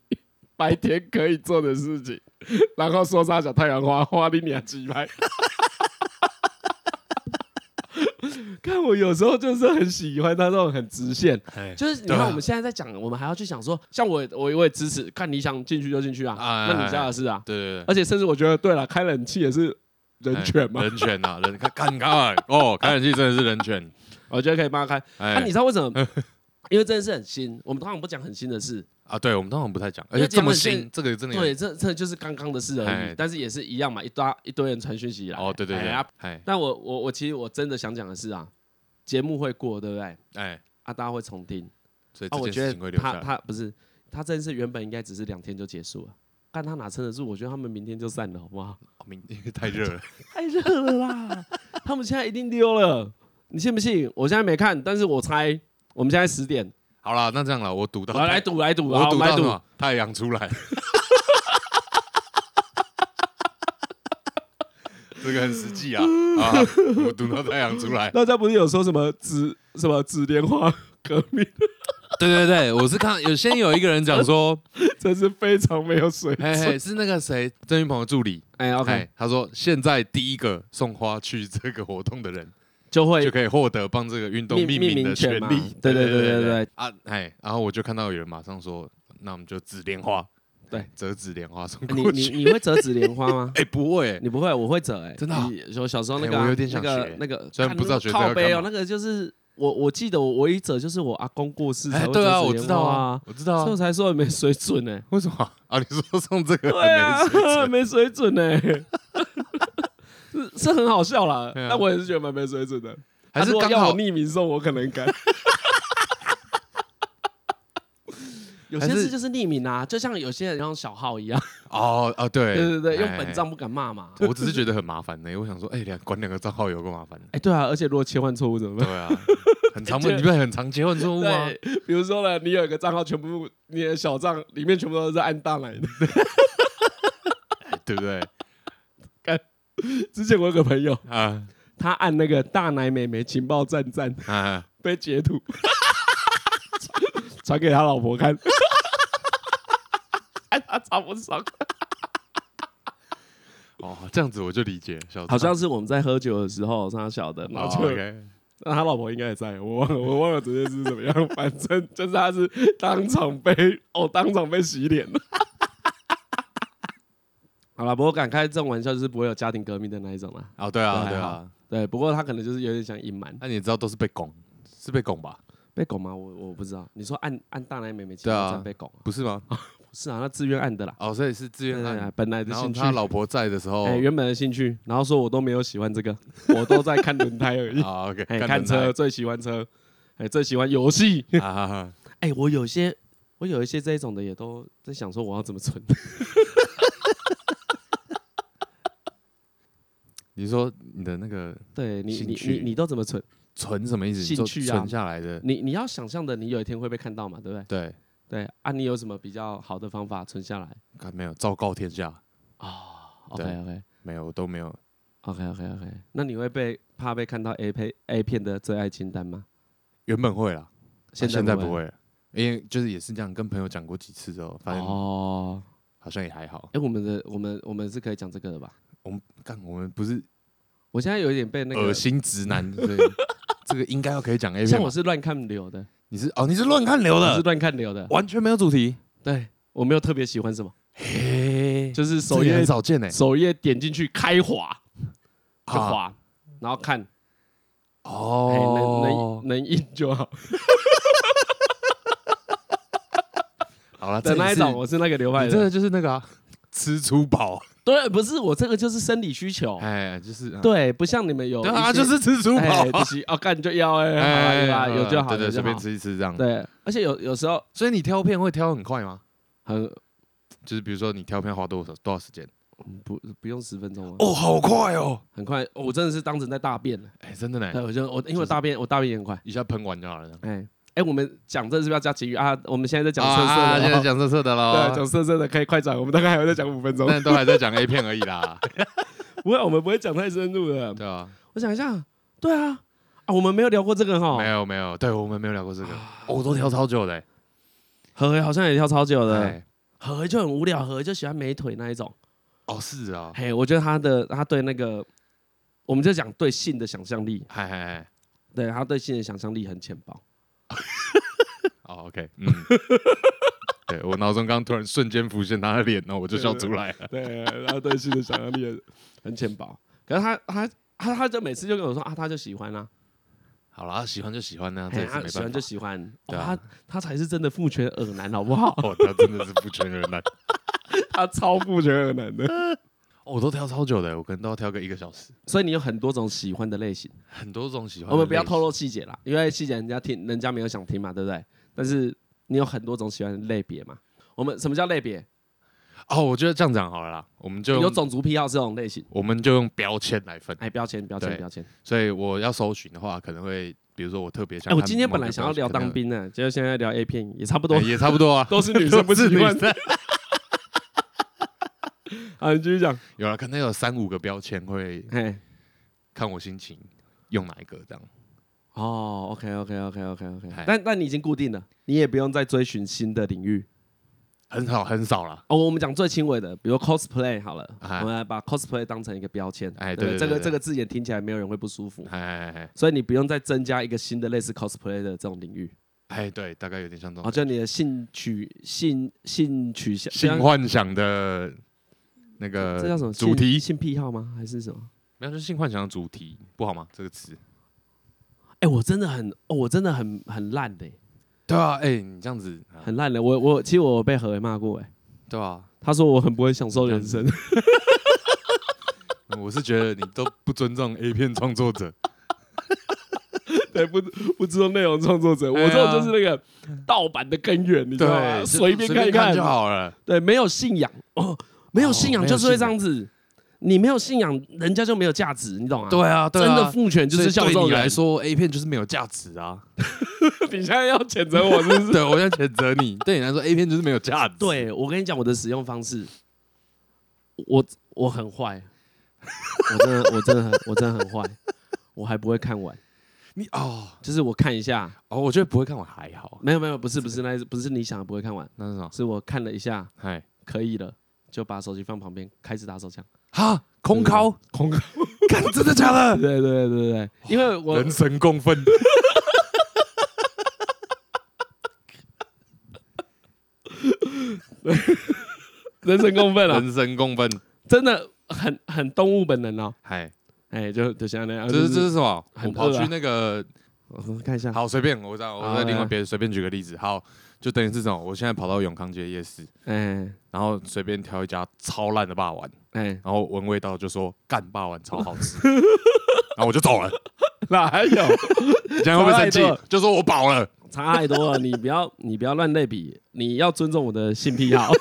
Speaker 1: 白天可以做的事情，然后说啥小太阳花花你俩鸡排。 看我有时候就是很喜欢他那种很直线，
Speaker 2: 哎
Speaker 1: 就是你
Speaker 2: 对
Speaker 1: 看
Speaker 2: 啊
Speaker 1: 我们现在在讲，我们还要去想说，像我我我也支持，看你想进去就进去啊，
Speaker 2: 哎
Speaker 1: 那你家的事啊。
Speaker 2: 对对对，
Speaker 1: 而且甚至我觉得，对了，开冷气也是人权嘛
Speaker 2: 哎，人权呐，人看看看哦，开冷气真的是人权。
Speaker 1: 我觉得可以帮他开。那
Speaker 2: 哎
Speaker 1: 啊你知道为什么？ 因为这件事很新，我们通常不讲很新的事，
Speaker 2: 啊，对我们通常不太讲，而
Speaker 1: 因为
Speaker 2: 且这么
Speaker 1: 讲冷
Speaker 2: 新，这个真的有
Speaker 1: 对，这这就是刚刚的事而已
Speaker 2: 嗯哎。
Speaker 1: 但是也是一样嘛，一堆一堆人传讯息来。
Speaker 2: 哦，对对
Speaker 1: 哎
Speaker 2: 对
Speaker 1: 呀，
Speaker 2: 哎
Speaker 1: 但我我我其实我真的想讲的是啊，节目会过，对不对？
Speaker 2: 哎，
Speaker 1: 啊，大家会重听。
Speaker 2: 所以
Speaker 1: 啊，
Speaker 2: 这
Speaker 1: 我
Speaker 2: 件
Speaker 1: 觉
Speaker 2: 事情会
Speaker 1: 得
Speaker 2: 留
Speaker 1: 他
Speaker 2: 下来。
Speaker 1: 他不是他这件事原本应该只是两天就结束了，但他哪撑得住？我觉得他们明天就散了，好不好？
Speaker 2: 哦明太热了，
Speaker 1: 太热了啦，他们现在一定丢了，你信不信？我现在没看，但是我猜我们现在十点，
Speaker 2: 好啦，那这样了，我赌到
Speaker 1: 我来，赌来赌，
Speaker 2: 我
Speaker 1: 好我
Speaker 2: 赌
Speaker 1: 们来
Speaker 2: 到什
Speaker 1: 赌，
Speaker 2: 么？太阳 出来，这个很实际 啊啊！我赌到太阳出来。
Speaker 1: 大家不是有说什么紫什么紫莲花革命，
Speaker 2: 对对对，我是看有先有一个人 讲说，
Speaker 1: 真是非常没有水
Speaker 2: 嘿
Speaker 1: 准。
Speaker 2: 嘿，是那个谁郑云鹏的助理，
Speaker 1: 哎，OK，
Speaker 2: 哎，他说现在第一个送花去这个活动的人。
Speaker 1: 就
Speaker 2: 就
Speaker 1: 会
Speaker 2: 可以获得帮这个运动
Speaker 1: 命
Speaker 2: 命
Speaker 1: 命
Speaker 2: 名
Speaker 1: 名
Speaker 2: 的
Speaker 1: 权
Speaker 2: 权
Speaker 1: 嘛
Speaker 2: 利。
Speaker 1: 对对对对对
Speaker 2: 啊，哎，然后我就看到有人马上说，那我们就紫莲花，
Speaker 1: 对啊
Speaker 2: 哎，折紫莲花送
Speaker 1: 你
Speaker 2: 过
Speaker 1: 你
Speaker 2: 去。？
Speaker 1: 你会折紫莲花吗
Speaker 2: 哎，不会，哎
Speaker 1: 你不会，我会折哎，
Speaker 2: 真的啊
Speaker 1: 你我小时候那个
Speaker 2: 哎
Speaker 1: 啊
Speaker 2: 我有点想
Speaker 1: 那个
Speaker 2: 学
Speaker 1: 那个，
Speaker 2: 虽然不知道
Speaker 1: 看那个
Speaker 2: 学这个
Speaker 1: 靠背哦
Speaker 2: 干，嘛
Speaker 1: 那个就是我我记得我我一折就是我阿公过 世才
Speaker 2: 哎，
Speaker 1: 会
Speaker 2: 对啊，
Speaker 1: 折
Speaker 2: 我
Speaker 1: 紫
Speaker 2: 知
Speaker 1: 莲
Speaker 2: 道
Speaker 1: 花
Speaker 2: 啊
Speaker 1: 啊，，
Speaker 2: 我知道
Speaker 1: 所以我
Speaker 2: 啊，
Speaker 1: 才说我没水准欸 呢。
Speaker 2: 为什么啊啊？你说送这个很
Speaker 1: 对
Speaker 2: 没水
Speaker 1: 啊，没水
Speaker 2: 准？
Speaker 1: 准呢、 是是很好笑啦，
Speaker 2: 对啊
Speaker 1: 但我也是觉得蛮没水准的。
Speaker 2: 还是
Speaker 1: 啊如果
Speaker 2: 刚
Speaker 1: 要
Speaker 2: 好
Speaker 1: 我匿名送，我可 能敢。有些
Speaker 2: 还是
Speaker 1: 事就是匿名啊，就像有些人用小号一样，
Speaker 2: 哦哦，对
Speaker 1: 对对对，用
Speaker 2: 哎
Speaker 1: 本账不敢骂嘛。
Speaker 2: 我只是觉得很麻烦呢，我想说，哎，两管两个账号有个麻烦的。
Speaker 1: 哎，对啊，而且如果切换错误怎么
Speaker 2: 对
Speaker 1: 办？
Speaker 2: 啊，很 常
Speaker 1: 就
Speaker 2: 问，你不是很常切换错误啊吗？
Speaker 1: 对，比如说呢，你有一个账号，全部你的小账里面全部都是按大来的。
Speaker 2: 对不对？
Speaker 1: 之前我有个朋友，
Speaker 2: 啊
Speaker 1: 他按那个大奶美眉情报站站，
Speaker 2: 啊，
Speaker 1: 被截图， 传给他老婆看， 哎他超不爽。
Speaker 2: 哦，这样子我就理解，小
Speaker 1: 好像是我们在喝酒的时候，他晓得，然
Speaker 2: 哦
Speaker 1: 后就、
Speaker 2: OK，
Speaker 1: 那他老婆应该也在，我 忘了，我忘了这件事是怎么样，反正就是他是当场被哦， 当场被洗脸了。好了，不过敢开这种玩笑，就是不会有家庭革命的那一种啦。
Speaker 2: 哦，对啊，
Speaker 1: 对
Speaker 2: 对
Speaker 1: 好
Speaker 2: 啊。
Speaker 1: 对，不过他可能就是有点想隐瞒。
Speaker 2: 那、你知道都是被拱，是被拱吧？
Speaker 1: 被拱吗？我我不知道。你说按按大奶妹妹情
Speaker 2: 对啊
Speaker 1: 报站被拱、啊，
Speaker 2: 不是吗？
Speaker 1: 不是啊，那自愿按的啦。
Speaker 2: 哦，所以是自愿
Speaker 1: 对啊
Speaker 2: 案。
Speaker 1: 本来的
Speaker 2: 然后
Speaker 1: 兴趣。
Speaker 2: 他老婆在的时候，
Speaker 1: 哎、原本的兴趣，然后说我都没有喜欢这个，我都在看轮胎 而已。
Speaker 2: 啊，OK，
Speaker 1: 哎、看
Speaker 2: 干得很
Speaker 1: 车最喜欢车，哎、最喜欢游戏。
Speaker 2: 好啊哈哈，
Speaker 1: 哎、我有些我有一些这一种的也都在想说我要怎么 存。
Speaker 2: 你说你的那个
Speaker 1: 对你
Speaker 2: 兴
Speaker 1: 你你
Speaker 2: 趣
Speaker 1: 你都怎么存？
Speaker 2: 存什么意思？
Speaker 1: 兴
Speaker 2: 你说
Speaker 1: 趣啊
Speaker 2: 存下来的，
Speaker 1: 你你要想象的，你有一天会被看到嘛，对不对？
Speaker 2: 对，
Speaker 1: 对啊，你有什么比较好的方法存下来
Speaker 2: 看没有，昭告天下，
Speaker 1: 啊、o
Speaker 2: 对
Speaker 1: k OK
Speaker 2: 没有，我都没有。
Speaker 1: OK OK OK，那你会被怕被看到 A 片 A 片的最爱清单吗？
Speaker 2: 原本会啦，
Speaker 1: 现
Speaker 2: 啊现在不
Speaker 1: 会
Speaker 2: 会了，因为就是也是这样，跟朋友讲过几次之后，发现
Speaker 1: 哦。
Speaker 2: 好像也还好
Speaker 1: 哎、。我们的我们我们是可以讲这个的吧？
Speaker 2: 干，我们不是
Speaker 1: 我现在有一点被那
Speaker 2: 恶
Speaker 1: 个
Speaker 2: 心直 男，所以这个应该要可以讲 A
Speaker 1: 像
Speaker 2: 片
Speaker 1: 我
Speaker 2: 吧。
Speaker 1: 是乱看流的，
Speaker 2: 你是哦，你是乱看流
Speaker 1: 我是
Speaker 2: 的，
Speaker 1: 乱看流的。
Speaker 2: 完全没有主题，
Speaker 1: 对我没有特别喜欢什么，
Speaker 2: 嘿，
Speaker 1: 就是
Speaker 2: 这
Speaker 1: 首
Speaker 2: 也
Speaker 1: 页
Speaker 2: 很少见呢。欸
Speaker 1: 首页点进去开滑就
Speaker 2: 啊
Speaker 1: 滑，然后看，哎、
Speaker 2: 哦，
Speaker 1: 能能能印就好。
Speaker 2: 好了，
Speaker 1: 的那一
Speaker 2: 这
Speaker 1: 种，
Speaker 2: 也是
Speaker 1: 我是那个流派
Speaker 2: 你真
Speaker 1: 的。
Speaker 2: 的就是那个啊，吃粗饱，
Speaker 1: 对，不是我这个就是生理需求，
Speaker 2: 哎，就是啊，
Speaker 1: 哦对，不像你们有
Speaker 2: 对啊，
Speaker 1: 一些
Speaker 2: 就是吃粗
Speaker 1: 哎，
Speaker 2: 饱，
Speaker 1: 就是哦，干你就要哎， 好啦有啦有就好，
Speaker 2: 对对，
Speaker 1: 有
Speaker 2: 随
Speaker 1: 就
Speaker 2: 便
Speaker 1: 好。
Speaker 2: 吃一吃这样。
Speaker 1: 对，而且有有时候
Speaker 2: 所以你挑片会挑很快吗？
Speaker 1: 很
Speaker 2: 就是比如说你挑片花多少多少时间？
Speaker 1: 不不用十分钟啊，
Speaker 2: 哦，好快哦！
Speaker 1: 很快，哦呃我真的是当成在大便了。
Speaker 2: 哎，真的
Speaker 1: 对，
Speaker 2: 呢，
Speaker 1: 我就我因
Speaker 2: 就
Speaker 1: 为
Speaker 2: 是
Speaker 1: 大便我大便也很快。
Speaker 2: 一下喷完就好了。
Speaker 1: 哎哎，我们讲这是不是要加结语啊？我们现在在讲色色
Speaker 2: 啊，现
Speaker 1: 的
Speaker 2: 在
Speaker 1: 哦，
Speaker 2: 讲色色的
Speaker 1: 对，
Speaker 2: 喽
Speaker 1: 讲，色色的可以快转，我们大概还会再讲五分钟。
Speaker 2: 但都还在讲 A 片而已 啦，
Speaker 1: 不会，我们不会讲太深入的。
Speaker 2: 对啊，
Speaker 1: 我想一下，对啊啊，我们没有聊过这个哈，
Speaker 2: 没有没有，对我们没有聊过这个，哦我都挑超久的欸，
Speaker 1: 何为好像也跳超久的。
Speaker 2: 哎，
Speaker 1: 何为就很无聊，何为就喜欢美腿那一种。
Speaker 2: 哦是啊，
Speaker 1: 嘿，我觉得他的他对那个，我们就讲对性的想象力，
Speaker 2: 嗨嗨嗨，
Speaker 1: 对他对性的想象力很浅薄。
Speaker 2: 哦 OK，嗯， 对我脑中刚突然瞬间浮现他的脸，然后我就笑出来了，
Speaker 1: 对，他对性的想象力很很浅薄。可是他他他他就每次就跟我说啊，他就喜欢啊，
Speaker 2: 好啦，喜欢就喜欢啊呢，这
Speaker 1: 嘿
Speaker 2: 也是
Speaker 1: 他
Speaker 2: 没
Speaker 1: 喜欢就
Speaker 2: 办法。
Speaker 1: 喜欢，
Speaker 2: 对
Speaker 1: 哇
Speaker 2: 啊？
Speaker 1: 他他才是真的父权耳男，好不好
Speaker 2: 哦，他真的是不全人啊男，
Speaker 1: 他超父权耳男的。
Speaker 2: 哦我都挑超久的欸，我可能都要挑个一个小时，
Speaker 1: 所以你有很多种喜欢的类型，
Speaker 2: 很多种喜欢的
Speaker 1: 我
Speaker 2: 类型。
Speaker 1: 们不要透露细节啦，因为细节人家听人家没有想听嘛，对不对？但是你有很多种喜欢的类别嘛。我们什么叫类别？
Speaker 2: 哦，我觉得这样讲好了啦，我们就
Speaker 1: 有
Speaker 2: 用
Speaker 1: 种族癖好这种类型。
Speaker 2: 我们就用标签来分。
Speaker 1: 哎，标签，标签，
Speaker 2: 对
Speaker 1: 标签。
Speaker 2: 所以我要搜寻的话，可能会比如说我特别
Speaker 1: 哎，
Speaker 2: 想看某
Speaker 1: 我
Speaker 2: 个标
Speaker 1: 今
Speaker 2: 签，
Speaker 1: 天本来想要聊
Speaker 2: 可能
Speaker 1: 当，兵呢，结果现在聊 A 片也差不多，
Speaker 2: 哎，也差不多啊
Speaker 1: 都是女生不喜欢
Speaker 2: 都是女生。
Speaker 1: 啊。你继 续讲，哎
Speaker 2: 有了，可能有三五个标签会
Speaker 1: 嘿，
Speaker 2: 看我心情用哪一个这样。
Speaker 1: 哦，OK，OK，OK，OK，OK。
Speaker 2: 哎
Speaker 1: 但但你已经固定了，你也不用再追寻新的领域。
Speaker 2: 很少很少啦，
Speaker 1: 哦，我们讲最轻微的，比如 cosplay 好了，
Speaker 2: 哎
Speaker 1: 我们来把 cosplay 当成一个标签。
Speaker 2: 哎
Speaker 1: 对不
Speaker 2: 对对
Speaker 1: 这个
Speaker 2: 对
Speaker 1: 这个字眼听起来没有人会不舒服，
Speaker 2: 哎哎哎
Speaker 1: 所以你不用再增加一个新的类似 cosplay 的这种领域。
Speaker 2: 哎，对，大概有点像这
Speaker 1: 哦，
Speaker 2: 种
Speaker 1: 就你的性取性性取向，
Speaker 2: 性幻想的那个
Speaker 1: 这叫什么
Speaker 2: 主题
Speaker 1: 性？性癖好吗？还是什么？
Speaker 2: 没有，就是性幻想的主题不好吗？这个词。
Speaker 1: 哎、我真的很，哦、我真的很很烂的、
Speaker 2: 对啊，哎，你这样子，啊
Speaker 1: 很烂的。我我其实我被何为骂过、哎，
Speaker 2: 对啊，
Speaker 1: 他说我很不会享受人生。
Speaker 2: 嗯我是觉得你都不尊重 A 片创作 者。
Speaker 1: 对，不不知道内容创作者，
Speaker 2: 哎呀
Speaker 1: 我这种就是那个盗版的根源，你知道吗？
Speaker 2: 对，
Speaker 1: 啊
Speaker 2: 啊
Speaker 1: 随
Speaker 2: 便
Speaker 1: 便看
Speaker 2: 看
Speaker 1: 看
Speaker 2: 就。好了。
Speaker 1: 对，没有信仰哦，没有信仰
Speaker 2: 没有
Speaker 1: 就是会
Speaker 2: 信
Speaker 1: 这样子。你没有信仰，人家就没有价值，你懂吗？
Speaker 2: 对啊，对
Speaker 1: 真
Speaker 2: 啊，
Speaker 1: 的父权就是
Speaker 2: 所
Speaker 1: 像
Speaker 2: 以
Speaker 1: 这
Speaker 2: 对
Speaker 1: 种
Speaker 2: 你来
Speaker 1: 人。
Speaker 2: 说，A 片就是没有价值啊。
Speaker 1: 你现在要谴责我 是不是？
Speaker 2: 对，我在谴责你。对你来说，A 片就是没有价值。，
Speaker 1: 对，我跟你讲我的使用方式，我我很 坏，我真的我真的很我真的很坏，我还不会看完，
Speaker 2: 你哦
Speaker 1: 就是我看一下，
Speaker 2: 哦，我觉得不会看我还好。
Speaker 1: 没有没有，不是不是那不是你想的不会看完，
Speaker 2: 那是什么？
Speaker 1: 是我看了一下，
Speaker 2: 哎，
Speaker 1: 可以了，就把手机放旁边，开始打手枪。
Speaker 2: 哈，空靠，
Speaker 1: 空 靠，
Speaker 2: 看真的假的？
Speaker 1: 对对对对，因为我
Speaker 2: 人神共 愤。
Speaker 1: 人神共愤啊，
Speaker 2: 人神共愤。
Speaker 1: 真的很很动物本能哦。
Speaker 2: 嗨，
Speaker 1: 哎，就就像那样，
Speaker 2: 这是这
Speaker 1: 就是
Speaker 2: 什么？我
Speaker 1: 很
Speaker 2: 跑
Speaker 1: 饿啊
Speaker 2: 去那个
Speaker 1: 我看一下，
Speaker 2: 好随便，我这样，我
Speaker 1: 好
Speaker 2: 再另
Speaker 1: 来
Speaker 2: 外别随便举个例子。好，就等于这种，我现在跑到永康街夜市，
Speaker 1: 哎
Speaker 2: 然后随便挑一家超烂的霸王。
Speaker 1: 哎，
Speaker 2: 然后闻味道就说干霸王超好 吃，然后我就走了。
Speaker 1: 哪还有
Speaker 2: 你这样会
Speaker 1: 超
Speaker 2: 不会生
Speaker 1: 爱
Speaker 2: 气？就说我饱了。
Speaker 1: 差太多了？你不要 你不要乱类比，你要尊重我的性癖好。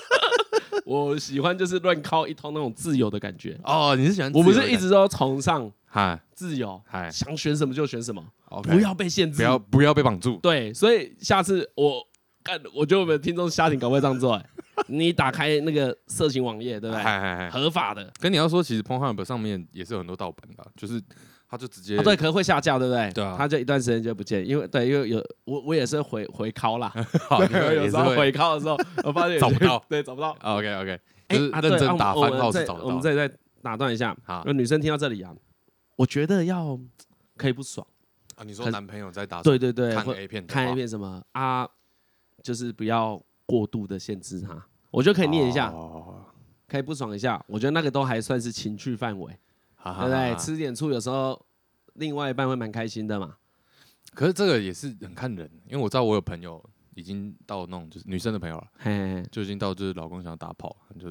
Speaker 1: 我喜欢就是乱靠一通那种自由的感觉。
Speaker 2: 哦，你是喜欢
Speaker 1: 我们是一直都崇尚
Speaker 2: 嗨
Speaker 1: 自由，
Speaker 2: 嗨，
Speaker 1: 想选什么就选什么，
Speaker 2: 哎 OK
Speaker 1: 不要被限制，
Speaker 2: 不要不要被绑住。
Speaker 1: 对，所以下次我干，我觉得我们听众家庭搞不会这样做、 哎你打开那个色情网页，对不
Speaker 2: 嗨
Speaker 1: 对？
Speaker 2: 嗨嗨，
Speaker 1: 合法的，
Speaker 2: 跟你要说，其实 p o n h u b 上面也是有很多盗版的啊，就是他就直接
Speaker 1: 哦、对，可能会下架，对不对？
Speaker 2: 对啊
Speaker 1: 它就一段时间就不见，因为对，因为有我我也是回回拷 啦，
Speaker 2: 好
Speaker 1: 对 有时候
Speaker 2: 会
Speaker 1: 回拷的时候，我发现
Speaker 2: 找不到，
Speaker 1: 对，找不到。
Speaker 2: OK OK，
Speaker 1: 哎
Speaker 2: 就是
Speaker 1: 啊
Speaker 2: 认
Speaker 1: 对
Speaker 2: 真
Speaker 1: 啊
Speaker 2: 打
Speaker 1: 我
Speaker 2: 番
Speaker 1: 我们
Speaker 2: 号是
Speaker 1: 再
Speaker 2: 找得
Speaker 1: 我们
Speaker 2: 到的。
Speaker 1: 再再打断一下，
Speaker 2: 好
Speaker 1: 那女生听到这里啊，我觉得要可以不爽，
Speaker 2: 啊，你
Speaker 1: 可
Speaker 2: 说
Speaker 1: 是
Speaker 2: 男朋友在打
Speaker 1: 对对对，
Speaker 2: 看
Speaker 1: 或
Speaker 2: A 片的话，
Speaker 1: 看 A 片什么啊，就是不要过度的限制他，我觉得可以念一下。
Speaker 2: 哦
Speaker 1: 可以不爽一下，我觉得那个都还算是情趣范围。
Speaker 2: 哈
Speaker 1: 对
Speaker 2: 哈
Speaker 1: 不对？
Speaker 2: 哈哈。
Speaker 1: 吃点醋有时候另外一半会蛮开心的嘛。
Speaker 2: 可是这个也是很看人，因为我知道我有朋友已经到那种就是女生的朋友了，
Speaker 1: 嘿，
Speaker 2: 就已经到就是老公想要打炮，就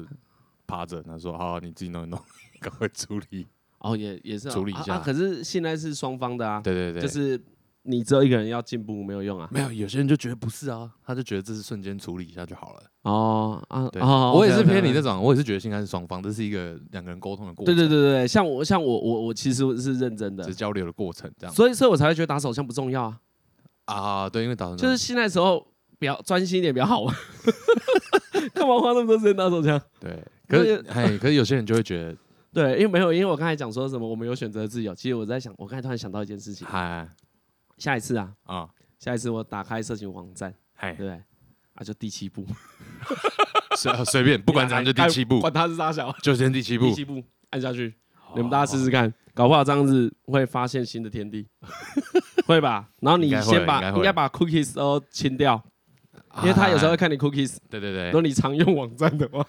Speaker 2: 趴着，他说：“好、你自己弄一弄，赶快处理。
Speaker 1: 哦，也也是啊
Speaker 2: 处理一
Speaker 1: 啊
Speaker 2: 下
Speaker 1: 啊可是现在是双方的啊，
Speaker 2: 对对对，
Speaker 1: 就是你只有一个人要进步没有用啊。
Speaker 2: 没有，有些人就觉得不是啊，他就觉得这是瞬间处理一下就好了。
Speaker 1: 哦啊，
Speaker 2: 对，
Speaker 1: 哦，
Speaker 2: 我也是
Speaker 1: OK，OK，
Speaker 2: 偏你
Speaker 1: OK
Speaker 2: 这种，我也是觉得性爱是双方，这是一个两个人沟通的过
Speaker 1: 对对
Speaker 2: 程，
Speaker 1: 对对，像我像我我我其实是认真的
Speaker 2: 只是，交流的过程这样
Speaker 1: 所以所以我才会觉得打手枪不重要啊，
Speaker 2: 啊。对，因为打算
Speaker 1: 就是现在时候比较专心一点比较好玩。 干嘛花那么多时间打手枪？
Speaker 2: 对，可是哎， 可是有些人就会觉得，
Speaker 1: 对，因为没有，因为我刚才讲说什么，我们有选择自由。其实我在想，我刚才突然想到一件事情，
Speaker 2: 嗨
Speaker 1: 下一次啊，
Speaker 2: 啊，
Speaker 1: 下一次我打开社群网站，
Speaker 2: 嗨
Speaker 1: 对不，对？啊，就第七步，
Speaker 2: 随随便，不管咱就第七 步，
Speaker 1: 管他是啥小，
Speaker 2: 就先第七
Speaker 1: 第
Speaker 2: 步，哦
Speaker 1: 七步按下去，你们大家试试看，搞不好这样子会发现新的天地， 会吧？然后你
Speaker 2: 应该会
Speaker 1: 先
Speaker 2: 应
Speaker 1: 把
Speaker 2: 该会
Speaker 1: 应该把 cookies 都清掉，
Speaker 2: 啊，
Speaker 1: 因为他有时候会
Speaker 2: 啊
Speaker 1: 看你 cookies，
Speaker 2: 对对
Speaker 1: 如
Speaker 2: 对，
Speaker 1: 果你常用网站 的话，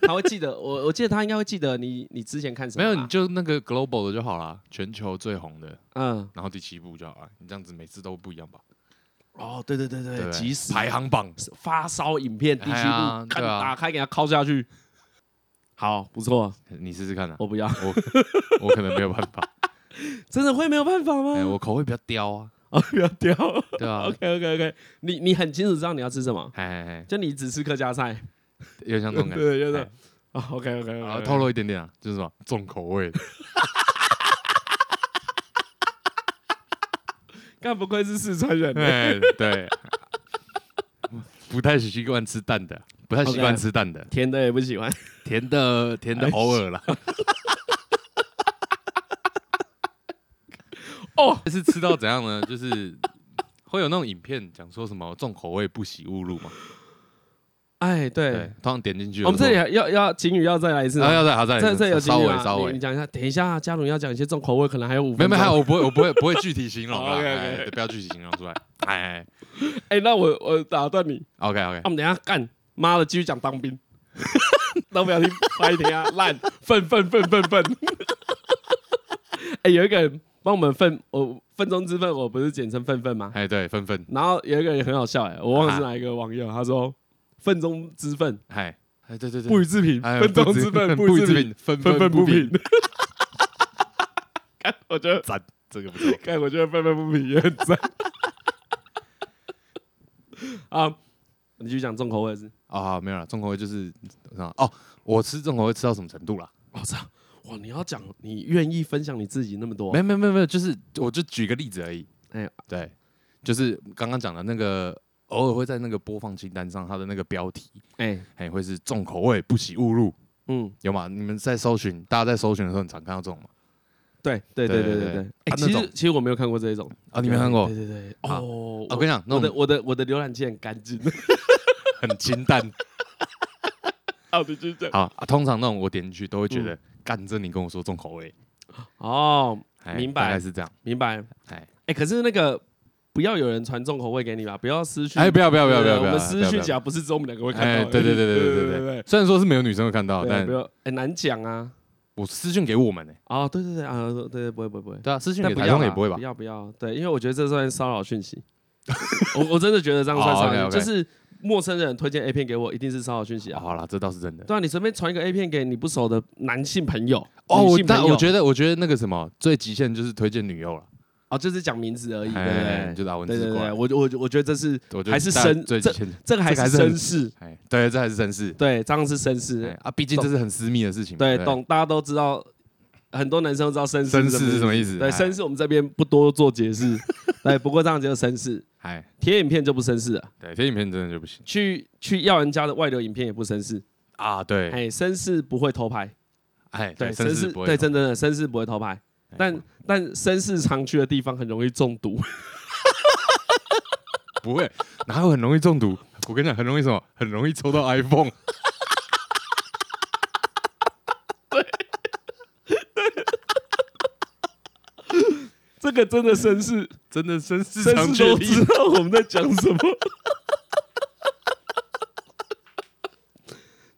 Speaker 1: 他会记得我，我记得他应该会记得你你之前看什
Speaker 2: 没
Speaker 1: 么啊。
Speaker 2: 有你就那个 global 的就好啦，全球最红的，
Speaker 1: 嗯，
Speaker 2: 然后第七步就好了，你这样子每次都不一样吧？
Speaker 1: 哦，对对对
Speaker 2: 对不
Speaker 1: 对，
Speaker 2: 对，
Speaker 1: 即时
Speaker 2: 排行榜
Speaker 1: 发烧影片第七
Speaker 2: 哎呀
Speaker 1: 部，看
Speaker 2: 对啊
Speaker 1: 打开给他敲下去。好，不错，
Speaker 2: 你试试看啊，
Speaker 1: 我不要，
Speaker 2: 我 我可能没有办 法，
Speaker 1: 真的会没有办法
Speaker 2: 哎，
Speaker 1: 吗？
Speaker 2: 我口味比较刁啊，
Speaker 1: 啊，不要掉。
Speaker 2: 对 啊，
Speaker 1: OK OK OK，你你很清楚知道你要吃什么，
Speaker 2: 哎哎哎，
Speaker 1: 就你只吃客家菜。
Speaker 2: 有点像这种感觉。
Speaker 1: 对，就是
Speaker 2: 哎
Speaker 1: 啊，OK OK，
Speaker 2: 然后透露一点点啊，就是什么重口味的，
Speaker 1: 干不愧是四川人，
Speaker 2: 哎， 对，不太习惯吃淡的，不太习惯
Speaker 1: OK
Speaker 2: 吃淡的，哎
Speaker 1: 甜的也不喜欢。
Speaker 2: 甜的甜的偶尔 啦。
Speaker 1: 哦，
Speaker 2: 是吃到怎样呢？就是会有那种影片讲说什么重口味不喜勿入嘛，
Speaker 1: 哎，
Speaker 2: 对
Speaker 1: 对，，哦
Speaker 2: 通常点进去有时候，
Speaker 1: 我们这里还要要警语要再来一次
Speaker 2: 啊
Speaker 1: 吗。
Speaker 2: 要再好再来
Speaker 1: 这这有
Speaker 2: 稍
Speaker 1: 警语
Speaker 2: 微
Speaker 1: 啊
Speaker 2: 稍
Speaker 1: 你
Speaker 2: 微
Speaker 1: 你，讲一下，等一下，嘉伦要讲一些重口味，可能还有五
Speaker 2: 没有
Speaker 1: 分
Speaker 2: 没
Speaker 1: 钟。
Speaker 2: 有，我不会我不会不会具体形容啦，
Speaker 1: OK，OK
Speaker 2: 哎不要具体形容出来，哎
Speaker 1: 哎，那我我打断你，
Speaker 2: ，OK OK，
Speaker 1: 他们等一下干，妈的，继续讲当兵， 都不要听，拍听啊，烂， 愤愤愤愤愤。 哎，有一个人帮我们愤，我愤中之愤，我不是简称愤愤吗？
Speaker 2: 哎对，纷纷，
Speaker 1: 然后有一个人很好笑哎、我忘了是哪一个网友，他说愤中之愤
Speaker 2: 哎哎对对对，
Speaker 1: 不予置评，
Speaker 2: 哎
Speaker 1: 愤中之 愤不予置评，，
Speaker 2: 愤
Speaker 1: 愤愤不
Speaker 2: 平
Speaker 1: 平。看，我觉得，
Speaker 2: 赞，这个不错。
Speaker 1: 看，我觉得愤愤不平也很赞。 啊，你继续讲重口味是？
Speaker 2: 啊，没有了，重口味就是哦，我吃重口味吃到什么程度啦？
Speaker 1: 我操！哇，你要讲，你愿意分享你自己那么多
Speaker 2: 没？有没有没有没有，就是我就举个例子而已。
Speaker 1: 哎
Speaker 2: 对，就是刚刚讲的那个，偶尔会在那个播放清单上，它的那个标题，
Speaker 1: 哎，
Speaker 2: 哎，会是重口味不喜勿入，
Speaker 1: 嗯，
Speaker 2: 有吗？你们在搜寻，大家在搜寻的时候，你常看到这种吗？
Speaker 1: 对对对对
Speaker 2: 对对
Speaker 1: 对对。
Speaker 2: 对
Speaker 1: 哎，
Speaker 2: 啊
Speaker 1: 其
Speaker 2: 那
Speaker 1: 实
Speaker 2: 种
Speaker 1: 其实我没有看过这一种，
Speaker 2: 啊，你没看过？
Speaker 1: 对对对，
Speaker 2: 啊
Speaker 1: 哦，
Speaker 2: 啊我跟你讲，那
Speaker 1: 我的
Speaker 2: 种
Speaker 1: 我的我的浏览器很干净。
Speaker 2: 很清淡。
Speaker 1: 哦，对对对。
Speaker 2: 好，啊通常那种我点进去都会觉
Speaker 1: 嗯
Speaker 2: 得，干这你跟我说重口味，
Speaker 1: 哦，
Speaker 2: 哎
Speaker 1: 明白
Speaker 2: 大概是这样。
Speaker 1: 明白。
Speaker 2: 哎
Speaker 1: 哎，可是那个不要有人传重口味给你吧，不要私讯。
Speaker 2: 哎，不要不要不要不要，
Speaker 1: 对啊
Speaker 2: 不
Speaker 1: 我
Speaker 2: 要
Speaker 1: 们
Speaker 2: 不
Speaker 1: 私
Speaker 2: 要不
Speaker 1: 讯
Speaker 2: 要
Speaker 1: 起来不是只有我们两个会看
Speaker 2: 哎，
Speaker 1: 到而已。
Speaker 2: 对对对对
Speaker 1: 对
Speaker 2: 对对
Speaker 1: 对
Speaker 2: 对，虽然说是没有女生会看到，
Speaker 1: 对，
Speaker 2: 但
Speaker 1: 不要哎难讲啊。
Speaker 2: 我私讯给我们呢、欸
Speaker 1: 哦，对对对啊，对对不会不会不会。
Speaker 2: 对啊，私讯
Speaker 1: 但
Speaker 2: 给
Speaker 1: 不
Speaker 2: 台
Speaker 1: 要
Speaker 2: 中
Speaker 1: 啦
Speaker 2: 也不会吧
Speaker 1: 不？要不要，对，因为我觉得这算骚扰讯 息。我我真的觉得这样算
Speaker 2: 哦
Speaker 1: 骚扰讯息，
Speaker 2: ，OK，OK
Speaker 1: 就是陌生人推荐 A 片给我，一定是骚扰讯息啊。
Speaker 2: 好啦，这倒是真的。
Speaker 1: 对啊，你随便传一个 A 片给你不熟的男性朋友，
Speaker 2: 哦，
Speaker 1: 女
Speaker 2: 我
Speaker 1: 性
Speaker 2: 但
Speaker 1: 朋友，
Speaker 2: 我觉得，我觉得那个什么最极限就是推荐女优了，
Speaker 1: 哦，就是讲名字而已，对不
Speaker 2: 哎，
Speaker 1: 对？
Speaker 2: 就打文
Speaker 1: 对
Speaker 2: 字
Speaker 1: 对
Speaker 2: 过
Speaker 1: 对，
Speaker 2: 来，
Speaker 1: 我我我觉得这是
Speaker 2: 我觉得
Speaker 1: 还是
Speaker 2: 大
Speaker 1: 绅
Speaker 2: 最极限的，
Speaker 1: 这个还
Speaker 2: 这个还
Speaker 1: 是
Speaker 2: 是很
Speaker 1: 绅士，
Speaker 2: 哎，对，这还是绅士，
Speaker 1: 对，这样是绅士
Speaker 2: 哎，啊，毕竟这是很私密的事情嘛，
Speaker 1: 对，
Speaker 2: 不
Speaker 1: 懂，大家都知道，很多男生都知道绅士
Speaker 2: 绅
Speaker 1: 什
Speaker 2: 士
Speaker 1: 么意
Speaker 2: 是什
Speaker 1: 思。
Speaker 2: 么意思？
Speaker 1: 对，
Speaker 2: 哎
Speaker 1: 绅士我们这边不多做解 释，对，不过这样就是绅士，
Speaker 2: 哎，
Speaker 1: 贴影片就不绅士了。
Speaker 2: 对，这影片真的就不行
Speaker 1: 去去要人家的外流影片也不绅士，
Speaker 2: 啊，对，
Speaker 1: 哎，绅士不会偷拍，
Speaker 2: 哎，
Speaker 1: 对，
Speaker 2: 绅
Speaker 1: 绅
Speaker 2: 士
Speaker 1: 士
Speaker 2: 不会
Speaker 1: 对，
Speaker 2: 懂，
Speaker 1: 真的绅士不会偷拍，
Speaker 2: 哎
Speaker 1: 但但绅士常去的地方很容易中毒，
Speaker 2: 不会，哪有很容易中毒？我跟你讲，很容易什么？很容易抽到 iPhone。
Speaker 1: 这个真的绅 士，
Speaker 2: 真的绅士
Speaker 1: 绅士都 知道我们在讲什 么。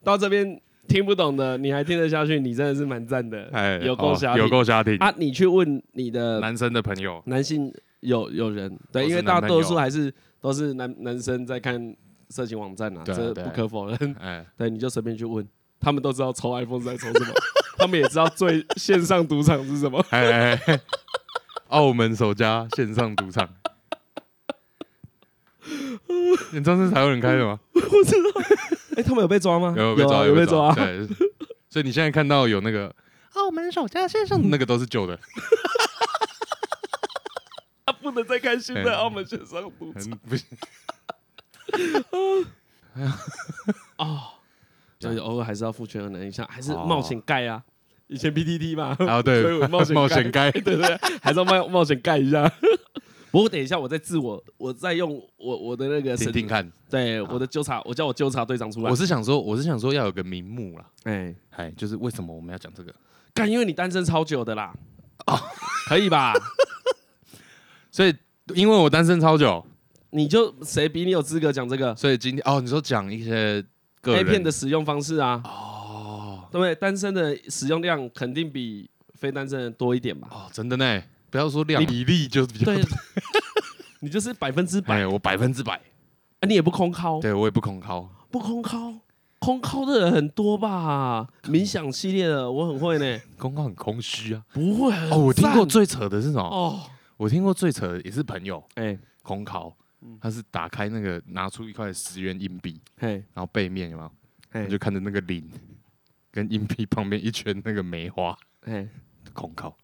Speaker 1: 到这边听不懂的，你还听得下去，你真的是蛮赞的。
Speaker 2: 哎，
Speaker 1: 有够
Speaker 2: 哦
Speaker 1: 瞎
Speaker 2: 有
Speaker 1: 听
Speaker 2: 够家庭，
Speaker 1: 啊，你去问你的
Speaker 2: 男生的朋友，
Speaker 1: 男性友友人，
Speaker 2: 都
Speaker 1: 对，
Speaker 2: 是
Speaker 1: 因为大
Speaker 2: 男朋友
Speaker 1: 多数还是都是男男生在看色情网站啊，
Speaker 2: 对啊
Speaker 1: 这
Speaker 2: 对啊
Speaker 1: 不可否认。
Speaker 2: 哎，
Speaker 1: 对，你就随便去问，他们都知道抽 iPhone 是在抽什么， 他们也知道最线上赌场是什 么。
Speaker 2: 哎哎，哎澳门首家线上赌场，你知道这是台湾人开 的吗？
Speaker 1: 哎、他们有被抓吗？
Speaker 2: 有被
Speaker 1: 有
Speaker 2: 抓，
Speaker 1: 啊有
Speaker 2: 被
Speaker 1: 抓啊。
Speaker 2: 对，所以你现在看到有那个澳门首家线 上，那个都是旧的，
Speaker 1: 啊，不能再看新
Speaker 2: 哎
Speaker 1: 的澳门线上赌场
Speaker 2: 嗯不行。
Speaker 1: 哦，所以偶尔还是要父权的能一下，还是
Speaker 2: 哦
Speaker 1: 冒险盖啊。以前 PTT 嘛，
Speaker 2: 啊，对
Speaker 1: 所以我，冒险
Speaker 2: 冒险
Speaker 1: 盖，
Speaker 2: 该，
Speaker 1: 对不对？ 还是要冒冒险盖一下。 不过等一下，我再自我，我再用我我的那个
Speaker 2: 听
Speaker 1: 神
Speaker 2: 听看。
Speaker 1: 对，我的纠察，我叫我纠察队长出来
Speaker 2: 我。是想说，我是想说要有个名目啦，
Speaker 1: 哎，
Speaker 2: 哎，就是为什么我们要讲这个？
Speaker 1: 干，因为你单身超久的啦，可以吧？
Speaker 2: 所以因为我单身超久，
Speaker 1: 你就谁比你有资格讲这个
Speaker 2: 所以今天哦，你说讲一些个
Speaker 1: A
Speaker 2: 人
Speaker 1: 片的使用方式啊？
Speaker 2: 哦
Speaker 1: 对不对？单身的使用量肯定比非单身的多一点吧？
Speaker 2: 哦，真的呢，不要说量啊比例就是比 较
Speaker 1: 对，你就是百分之百，
Speaker 2: 哎，我百分之百，
Speaker 1: 啊你也不空靠，
Speaker 2: 对我也不恐高，
Speaker 1: 不空靠，空靠的人很多吧？冥想系列的我很会呢，
Speaker 2: 恐高很空虚啊。
Speaker 1: 不会
Speaker 2: 哦，我听过
Speaker 1: 赞
Speaker 2: 最扯的是什么？
Speaker 1: 哦，
Speaker 2: 我听过最扯的也是朋友
Speaker 1: 哎
Speaker 2: 空考，他是打开那个拿出一块十元硬币，
Speaker 1: 嘿
Speaker 2: 然后背面有没有？
Speaker 1: 嘿
Speaker 2: 你就看着那个零跟硬币旁边一圈那个梅花
Speaker 1: 嘿，
Speaker 2: 空考。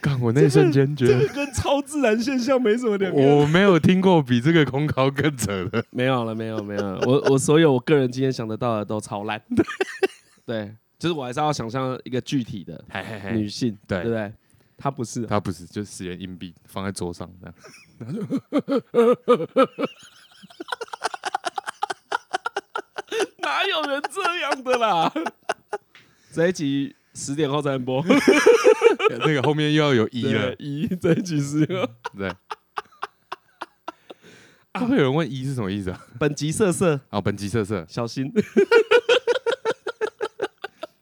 Speaker 2: 干！我那一瞬间觉得
Speaker 1: 跟超自然现象没什么两样。
Speaker 2: 我没有听过比这个空考更扯的。
Speaker 1: 没有了，没有没有了，我我所有我个人今天想得到的都超 烂，对，就是我还是要想象一个具体的
Speaker 2: 嘿嘿
Speaker 1: 女，性，
Speaker 2: 对
Speaker 1: 哎对不对？她不是啊，
Speaker 2: 他不是，就十元硬币放在桌上 这样。
Speaker 1: 哪有人这样的 啦？这一集十点后才能播，
Speaker 2: 那个后面又要有一了
Speaker 1: 对， 一嗯这一集十点后。
Speaker 2: 对。啊，会有人问“一”是什么意思啊？
Speaker 1: 本集色色，
Speaker 2: 啊，本集色色，
Speaker 1: 小心，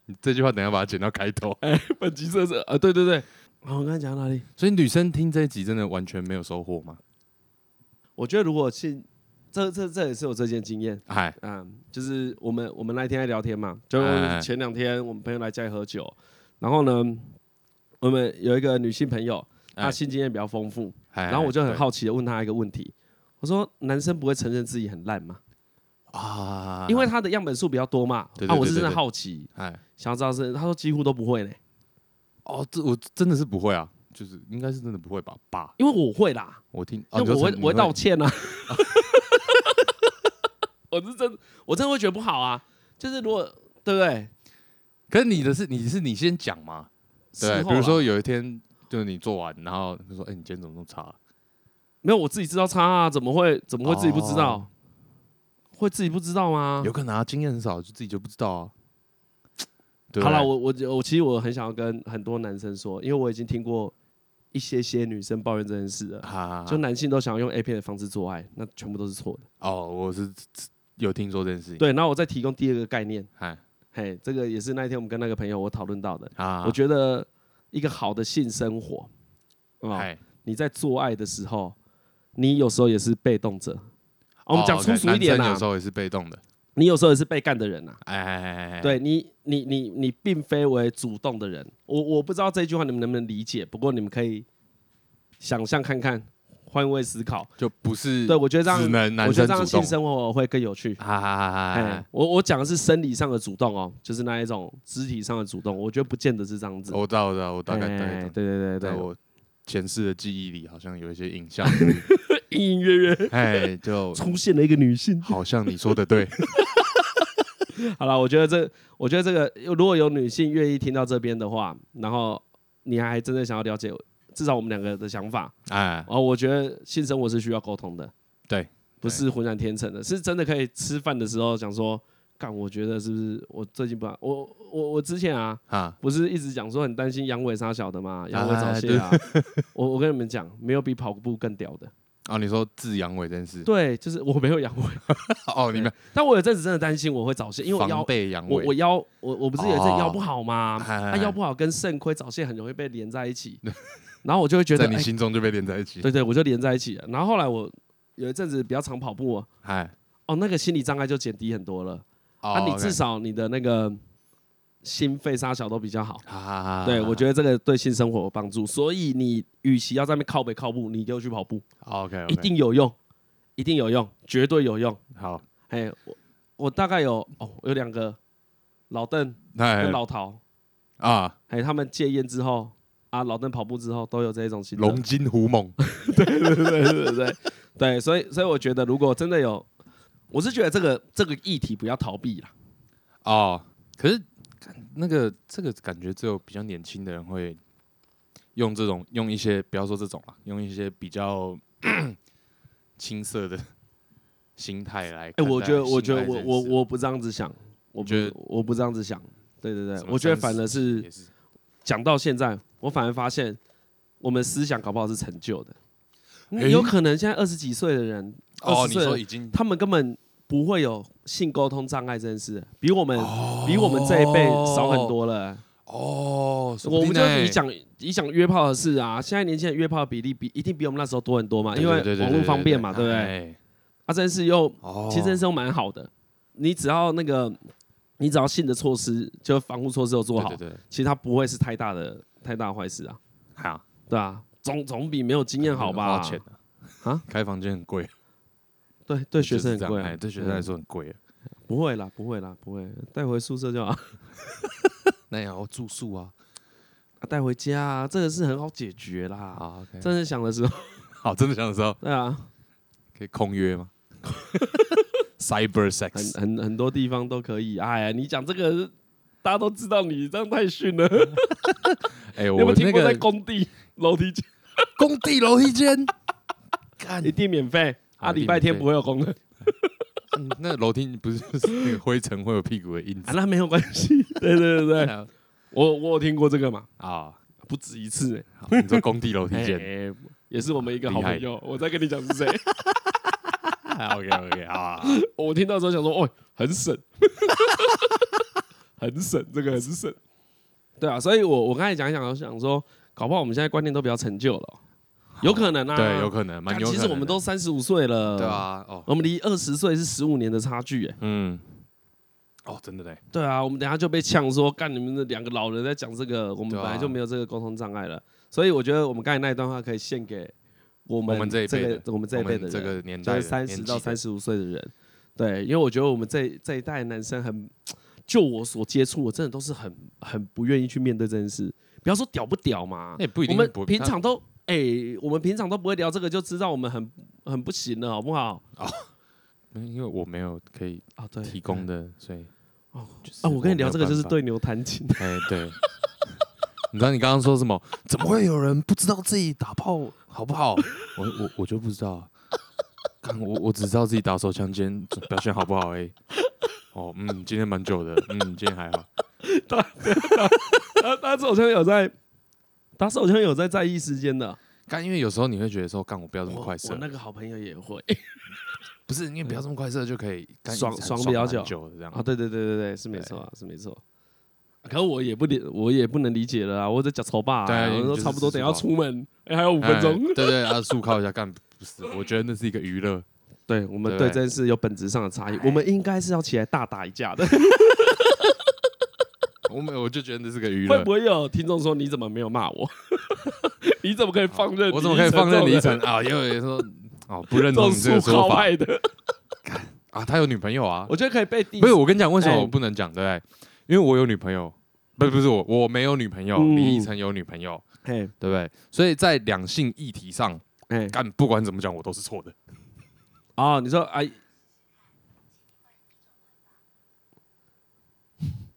Speaker 2: 你这句话等一下把它剪到开头。
Speaker 1: 本集色色啊！对对对，啊，我刚才讲到哪里？
Speaker 2: 所以女生听这一集真的完全没有收获吗？
Speaker 1: 我觉得如果是这这这也是我最近的经验。
Speaker 2: 哎，
Speaker 1: 嗯，就是我们我们那一天在聊天嘛，就
Speaker 2: 哎
Speaker 1: 前两天我们朋友来家里喝酒，然后呢，我们有一个女性朋友，她
Speaker 2: 哎
Speaker 1: 性经验比较丰富，
Speaker 2: 然
Speaker 1: 然后我就很好奇的问她一个问题，我说男生不会承认自己很烂吗？
Speaker 2: 啊
Speaker 1: 因为他的样本数比较多嘛
Speaker 2: 对，对
Speaker 1: 啊，
Speaker 2: 对
Speaker 1: 我是真
Speaker 2: 对
Speaker 1: 的
Speaker 2: 对
Speaker 1: 好奇，
Speaker 2: 哎，
Speaker 1: 想要知道是他说几乎都不会呢，
Speaker 2: 哦，这我真的是不会啊，就是应该是真的不会吧？爸，
Speaker 1: 因为我会啦，
Speaker 2: 我听，
Speaker 1: 那
Speaker 2: 哦你说
Speaker 1: 我会
Speaker 2: 陈
Speaker 1: 我会
Speaker 2: 你
Speaker 1: 道歉 啊， 我是真我真的会觉得不好啊，就是如果对不对？
Speaker 2: 可是你的是你是你先讲嘛？啊对，
Speaker 1: 事后啊
Speaker 2: 比
Speaker 1: 啦
Speaker 2: 如说有一天就是你做完，然后就说：“哎，你今天怎么那么差
Speaker 1: 没有我自己知道差啊，怎么会怎么会自己不知道？会自己不知道？”吗
Speaker 2: 哦有？可能啊，经验很少，就自己就不知道啊。对
Speaker 1: 好
Speaker 2: 不
Speaker 1: 了，
Speaker 2: 对
Speaker 1: 我我我其实我很想要跟很多男生说，因为我已经听过一些些女生抱怨这件事了，
Speaker 2: 啊，
Speaker 1: 就男性都想要用 A 片的方式做爱，那全部都是错的。
Speaker 2: 哦，我是有听说这件事情。，
Speaker 1: 对，然后我再提供第二个概念，
Speaker 2: 哎
Speaker 1: 嘿，这个也是那一天我们跟那个朋友我讨论到的。
Speaker 2: 啊，
Speaker 1: 我觉得一个好的性生活，哦，
Speaker 2: 哎，
Speaker 1: 你在做爱的时候，你有时候也是被动者。哦我们讲
Speaker 2: 哦
Speaker 1: 粗
Speaker 2: ，OK，
Speaker 1: 俗一点
Speaker 2: 男生
Speaker 1: 啦
Speaker 2: 有时，候也是被动的。
Speaker 1: 你有时候也是被干的人呐、啊
Speaker 2: 哎哎哎哎，哎，
Speaker 1: 对你，你你你并非为主动的人。我我不知道这句话你们能不能理解，不过你们可以想象看看，换位思考。
Speaker 2: 就不是
Speaker 1: 对我觉得这
Speaker 2: 只
Speaker 1: 样，
Speaker 2: 能男
Speaker 1: 我觉
Speaker 2: 生
Speaker 1: 得这样
Speaker 2: 主
Speaker 1: 性
Speaker 2: 动。
Speaker 1: 生活会更有趣。
Speaker 2: 哈哈哈哈哈
Speaker 1: 哎
Speaker 2: 哈！，
Speaker 1: 我我讲的是生理上的主动哦，就是那一种肢体上的主动，我觉得不见得是这样子。
Speaker 2: 我知道，我知道，我哦大概大概
Speaker 1: 哎
Speaker 2: 懂
Speaker 1: 对对对
Speaker 2: 在
Speaker 1: 对
Speaker 2: 我前世的记忆里好像有一些影像。
Speaker 1: 对，隐隐约约
Speaker 2: 哎，就
Speaker 1: 出现了一个女性。
Speaker 2: 好像你说的对。
Speaker 1: 好了，我觉得这，我觉得这个，如果有女性愿意听到这边的话，然后你还真的想要了解，至少我们两个的想法，
Speaker 2: 哎，
Speaker 1: 哦，我觉得性生活是需要沟通的，
Speaker 2: 对，
Speaker 1: 不是浑然天成的，是真的可以吃饭的时候讲说，干，我觉得是不是我最近不知道，我我我之前啊，
Speaker 2: 啊，
Speaker 1: 不是一直讲说很担心阳痿杀小的嘛，阳痿
Speaker 2: 啊
Speaker 1: 早泄啊。 我我跟你们讲，没有比跑步更屌的。
Speaker 2: 哦，你说自阳痿这件事，
Speaker 1: 对，就是我没有阳痿，
Speaker 2: 哦，你们
Speaker 1: 但我有阵子真的担心我会早泄，因为我
Speaker 2: 防
Speaker 1: 腰
Speaker 2: 备阳
Speaker 1: 我我
Speaker 2: 痿，
Speaker 1: 腰我我不是有一阵
Speaker 2: 哦哎
Speaker 1: 腰不好吗？
Speaker 2: 嗨嗨
Speaker 1: 啊
Speaker 2: 嗨
Speaker 1: 腰不好跟肾亏早泄很容易被连在一起，然后我就会觉得
Speaker 2: 在你
Speaker 1: 哎
Speaker 2: 心中就被连在一起，
Speaker 1: 对对，我就连在一起了。然后后来我有一阵子比较常跑步哦，
Speaker 2: 嗨，
Speaker 1: 哦那个心理障碍就减低很多了。
Speaker 2: 哦
Speaker 1: 啊，你至
Speaker 2: 哎，OK，
Speaker 1: 少你的那个心肺杀小都比较好。
Speaker 2: 哈哈哈，
Speaker 1: 对，我觉得这个对性生活有帮助，所以你与其要在那边靠北靠步，你就去跑步，
Speaker 2: 得 OK，
Speaker 1: 一定有用，一定有用，绝对有用。
Speaker 2: 好，
Speaker 1: 哎，我我大概有哦，我有两个老邓
Speaker 2: 那
Speaker 1: 跟老陶，
Speaker 2: 哎啊，
Speaker 1: 哎，他们戒烟之后啊，老邓跑步之后都有这种心得。
Speaker 2: 龙精虎猛，
Speaker 1: 对对对对对 对，所以所以我觉得如果真的有，我是觉得这个这个议题不要逃避啦。
Speaker 2: 哦，可是干那个这个感觉只有比较年轻的人会用这种用一些不要说这种了，用一些比较 青涩的心态来
Speaker 1: 哎、
Speaker 2: 看待性爱这件事。
Speaker 1: 我觉得，我觉得我我我不这样子想，我不
Speaker 2: 觉得
Speaker 1: 我不这样子想，对对对
Speaker 2: 什，么
Speaker 1: 我觉得
Speaker 2: 三
Speaker 1: 反
Speaker 2: 十
Speaker 1: 而是
Speaker 2: 也是
Speaker 1: 讲到现在，我反而发现我们思想搞不好是陈旧的，
Speaker 2: 诶
Speaker 1: 有可能现在二十几岁的人，
Speaker 2: 哦，
Speaker 1: 20
Speaker 2: 你
Speaker 1: 岁
Speaker 2: 说
Speaker 1: 的
Speaker 2: 已经
Speaker 1: 他们根本不会有性沟通障碍这件事，比我们、比我们这一辈少很多了。
Speaker 2: 哦，说不
Speaker 1: 我们
Speaker 2: 定
Speaker 1: 就
Speaker 2: 欸
Speaker 1: 你讲你讲约炮的事啊，现在年轻人约炮的比例比一定比我们那时候多很多嘛，
Speaker 2: 对
Speaker 1: 因为
Speaker 2: 对对对
Speaker 1: 网络
Speaker 2: 对
Speaker 1: 方
Speaker 2: 对
Speaker 1: 便嘛，对不对？
Speaker 2: 哎
Speaker 1: 啊，这件事又
Speaker 2: 哦，
Speaker 1: 其实这是蛮好的，你只要那个，你只要性的措施，就防护措施有做好，
Speaker 2: 对对对，
Speaker 1: 其实它不会是太大的太大的坏事啊，
Speaker 2: 好，
Speaker 1: 对啊，总总比没有经验好吧
Speaker 2: 花？钱啊
Speaker 1: 啊，
Speaker 2: 开房间很贵，
Speaker 1: 对对，学
Speaker 2: 就是
Speaker 1: 生
Speaker 2: 这
Speaker 1: 很
Speaker 2: 样
Speaker 1: 贵啊
Speaker 2: 哎，对学生来说很贵啊，
Speaker 1: 嗯不会啦，不会啦，不会，带回宿舍就好， 啊
Speaker 2: 那也要住宿啊，
Speaker 1: 带回家啊，这个是很好解决啦。
Speaker 2: 好，OK，
Speaker 1: 真的想的时候，
Speaker 2: 好，真的想的时候
Speaker 1: 对啊，
Speaker 2: 可以空 约吗？Cyber
Speaker 1: 很
Speaker 2: sex，
Speaker 1: 很很多地方都可以。哎呀，你讲这个，大家都知道你这样太逊了。
Speaker 2: 哎、
Speaker 1: 你有没
Speaker 2: 我
Speaker 1: 有听
Speaker 2: 那
Speaker 1: 过在
Speaker 2: 个
Speaker 1: 工地楼梯间
Speaker 2: 工地楼梯间，干
Speaker 1: 一定免费？啊，
Speaker 2: 啊一定
Speaker 1: 礼拜天
Speaker 2: 免费
Speaker 1: 不会有工的，
Speaker 2: 嗯那楼梯不是就是那个灰尘会有屁股的印
Speaker 1: 啊，
Speaker 2: 子
Speaker 1: 那没有关系。 对对对对，
Speaker 2: 啊、
Speaker 1: 我我有听过这个嘛，不止一次、欸。
Speaker 2: 好你说工地楼梯
Speaker 1: 哎、
Speaker 2: 间
Speaker 1: 哎也是我们一个好朋友，我再跟你讲是谁。 哎
Speaker 2: ，OK OK 啊，
Speaker 1: 我听到之后想说，哦，很省， 很省，这个很省。对啊，所以我我刚才讲一讲，我想说，搞不好我们现在观念都比较陈旧了哦，有可能啊。
Speaker 2: 对，有可能，蛮
Speaker 1: 干
Speaker 2: 有可能
Speaker 1: 其
Speaker 2: 的。
Speaker 1: 实我们都三十五岁了，
Speaker 2: 对，啊，哦，
Speaker 1: 我们离二十岁是十五年的差距、哎，
Speaker 2: 嗯，哦，真的嘞，
Speaker 1: 对啊，我们等一下就被呛说，干你们这两个老人在讲这个，我们
Speaker 2: 对啊
Speaker 1: 本来就没有这个沟通障碍了，所以我觉得我们刚才那一段话可以献给我们
Speaker 2: 我们这一辈的
Speaker 1: 个我们这一辈的
Speaker 2: 我们这
Speaker 1: 人，
Speaker 2: 个年
Speaker 1: 就
Speaker 2: 代
Speaker 1: 是
Speaker 2: 的，
Speaker 1: 三十
Speaker 2: 年纪
Speaker 1: 到
Speaker 2: 的
Speaker 1: 三十五岁的人，对，因为我觉得我们这这一代男生很，就我所接触，我真的都是很很不愿意去面对这件事，不要说屌不屌嘛
Speaker 2: 那，哎也不一
Speaker 1: 我
Speaker 2: 定
Speaker 1: 们
Speaker 2: 不
Speaker 1: 平常都。哎、我们平常都不会聊这个，就知道我们很很不行了，好不好？
Speaker 2: 那因为我没有可以
Speaker 1: 啊，对，
Speaker 2: 提供的，所以
Speaker 1: 哦
Speaker 2: 就是
Speaker 1: 啊，我跟你聊这个就是
Speaker 2: 对。
Speaker 1: 对牛弹琴，
Speaker 2: 哎、对。你知道你刚刚说什么？怎么会有人不知道自己打炮好不好？我我我就不知道，看我我只知道自己打手枪今天表现好不好而已。哦，嗯，今天蛮久的，嗯，今天还好。
Speaker 1: 他他手枪有在，他手枪有在在意时间的。
Speaker 2: 干，因为有时候你会觉得说，干我不要这么快
Speaker 1: 我
Speaker 2: 射，
Speaker 1: 那个好朋友也会
Speaker 2: 不是因为不要这么快射就可以干
Speaker 1: 爽爽
Speaker 2: 爽
Speaker 1: 比较
Speaker 2: 蛮
Speaker 1: 久
Speaker 2: 久的这样
Speaker 1: 啊，。对对对对对，是没错啊，是没错。可我也不理，我也不能理解了啊！我在讲丑爸、
Speaker 2: 对啊
Speaker 1: 啊，我
Speaker 2: 你
Speaker 1: 说
Speaker 2: 就是
Speaker 1: 差不多，
Speaker 2: 自
Speaker 1: 等一
Speaker 2: 己
Speaker 1: 下要
Speaker 2: 吧
Speaker 1: 出门，哎还有五
Speaker 2: 五
Speaker 1: 分钟。
Speaker 2: 对对，啊，速靠一下干，不是，我觉得那是一个娱乐。
Speaker 1: 对我们
Speaker 2: 对
Speaker 1: 对这件事有本质上的差异，我们应该是要起来大打一架的。
Speaker 2: 我们我就觉得那是个娱
Speaker 1: 会
Speaker 2: 乐
Speaker 1: 不。会有听众说你怎么没有骂我？ 你怎么可以放任？
Speaker 2: 我怎么可以放任李晨？啊？也有人说，哦，不认
Speaker 1: 这种
Speaker 2: 同你这
Speaker 1: 素
Speaker 2: 个说
Speaker 1: 靠
Speaker 2: 法。
Speaker 1: 爱的，
Speaker 2: 啊，他有女朋友啊？
Speaker 1: 我觉得可以被第
Speaker 2: 不是，我跟你讲，为什么
Speaker 1: 哎
Speaker 2: 我不能讲，对不对？因为我有女朋友，不是不是我，我没有女朋友，
Speaker 1: 嗯
Speaker 2: 李依晨有女朋友，
Speaker 1: 哎
Speaker 2: 对不对？所以在两性议题上，
Speaker 1: 哎
Speaker 2: 干不管怎么讲，我都是错的。
Speaker 1: 哦，你说 哎、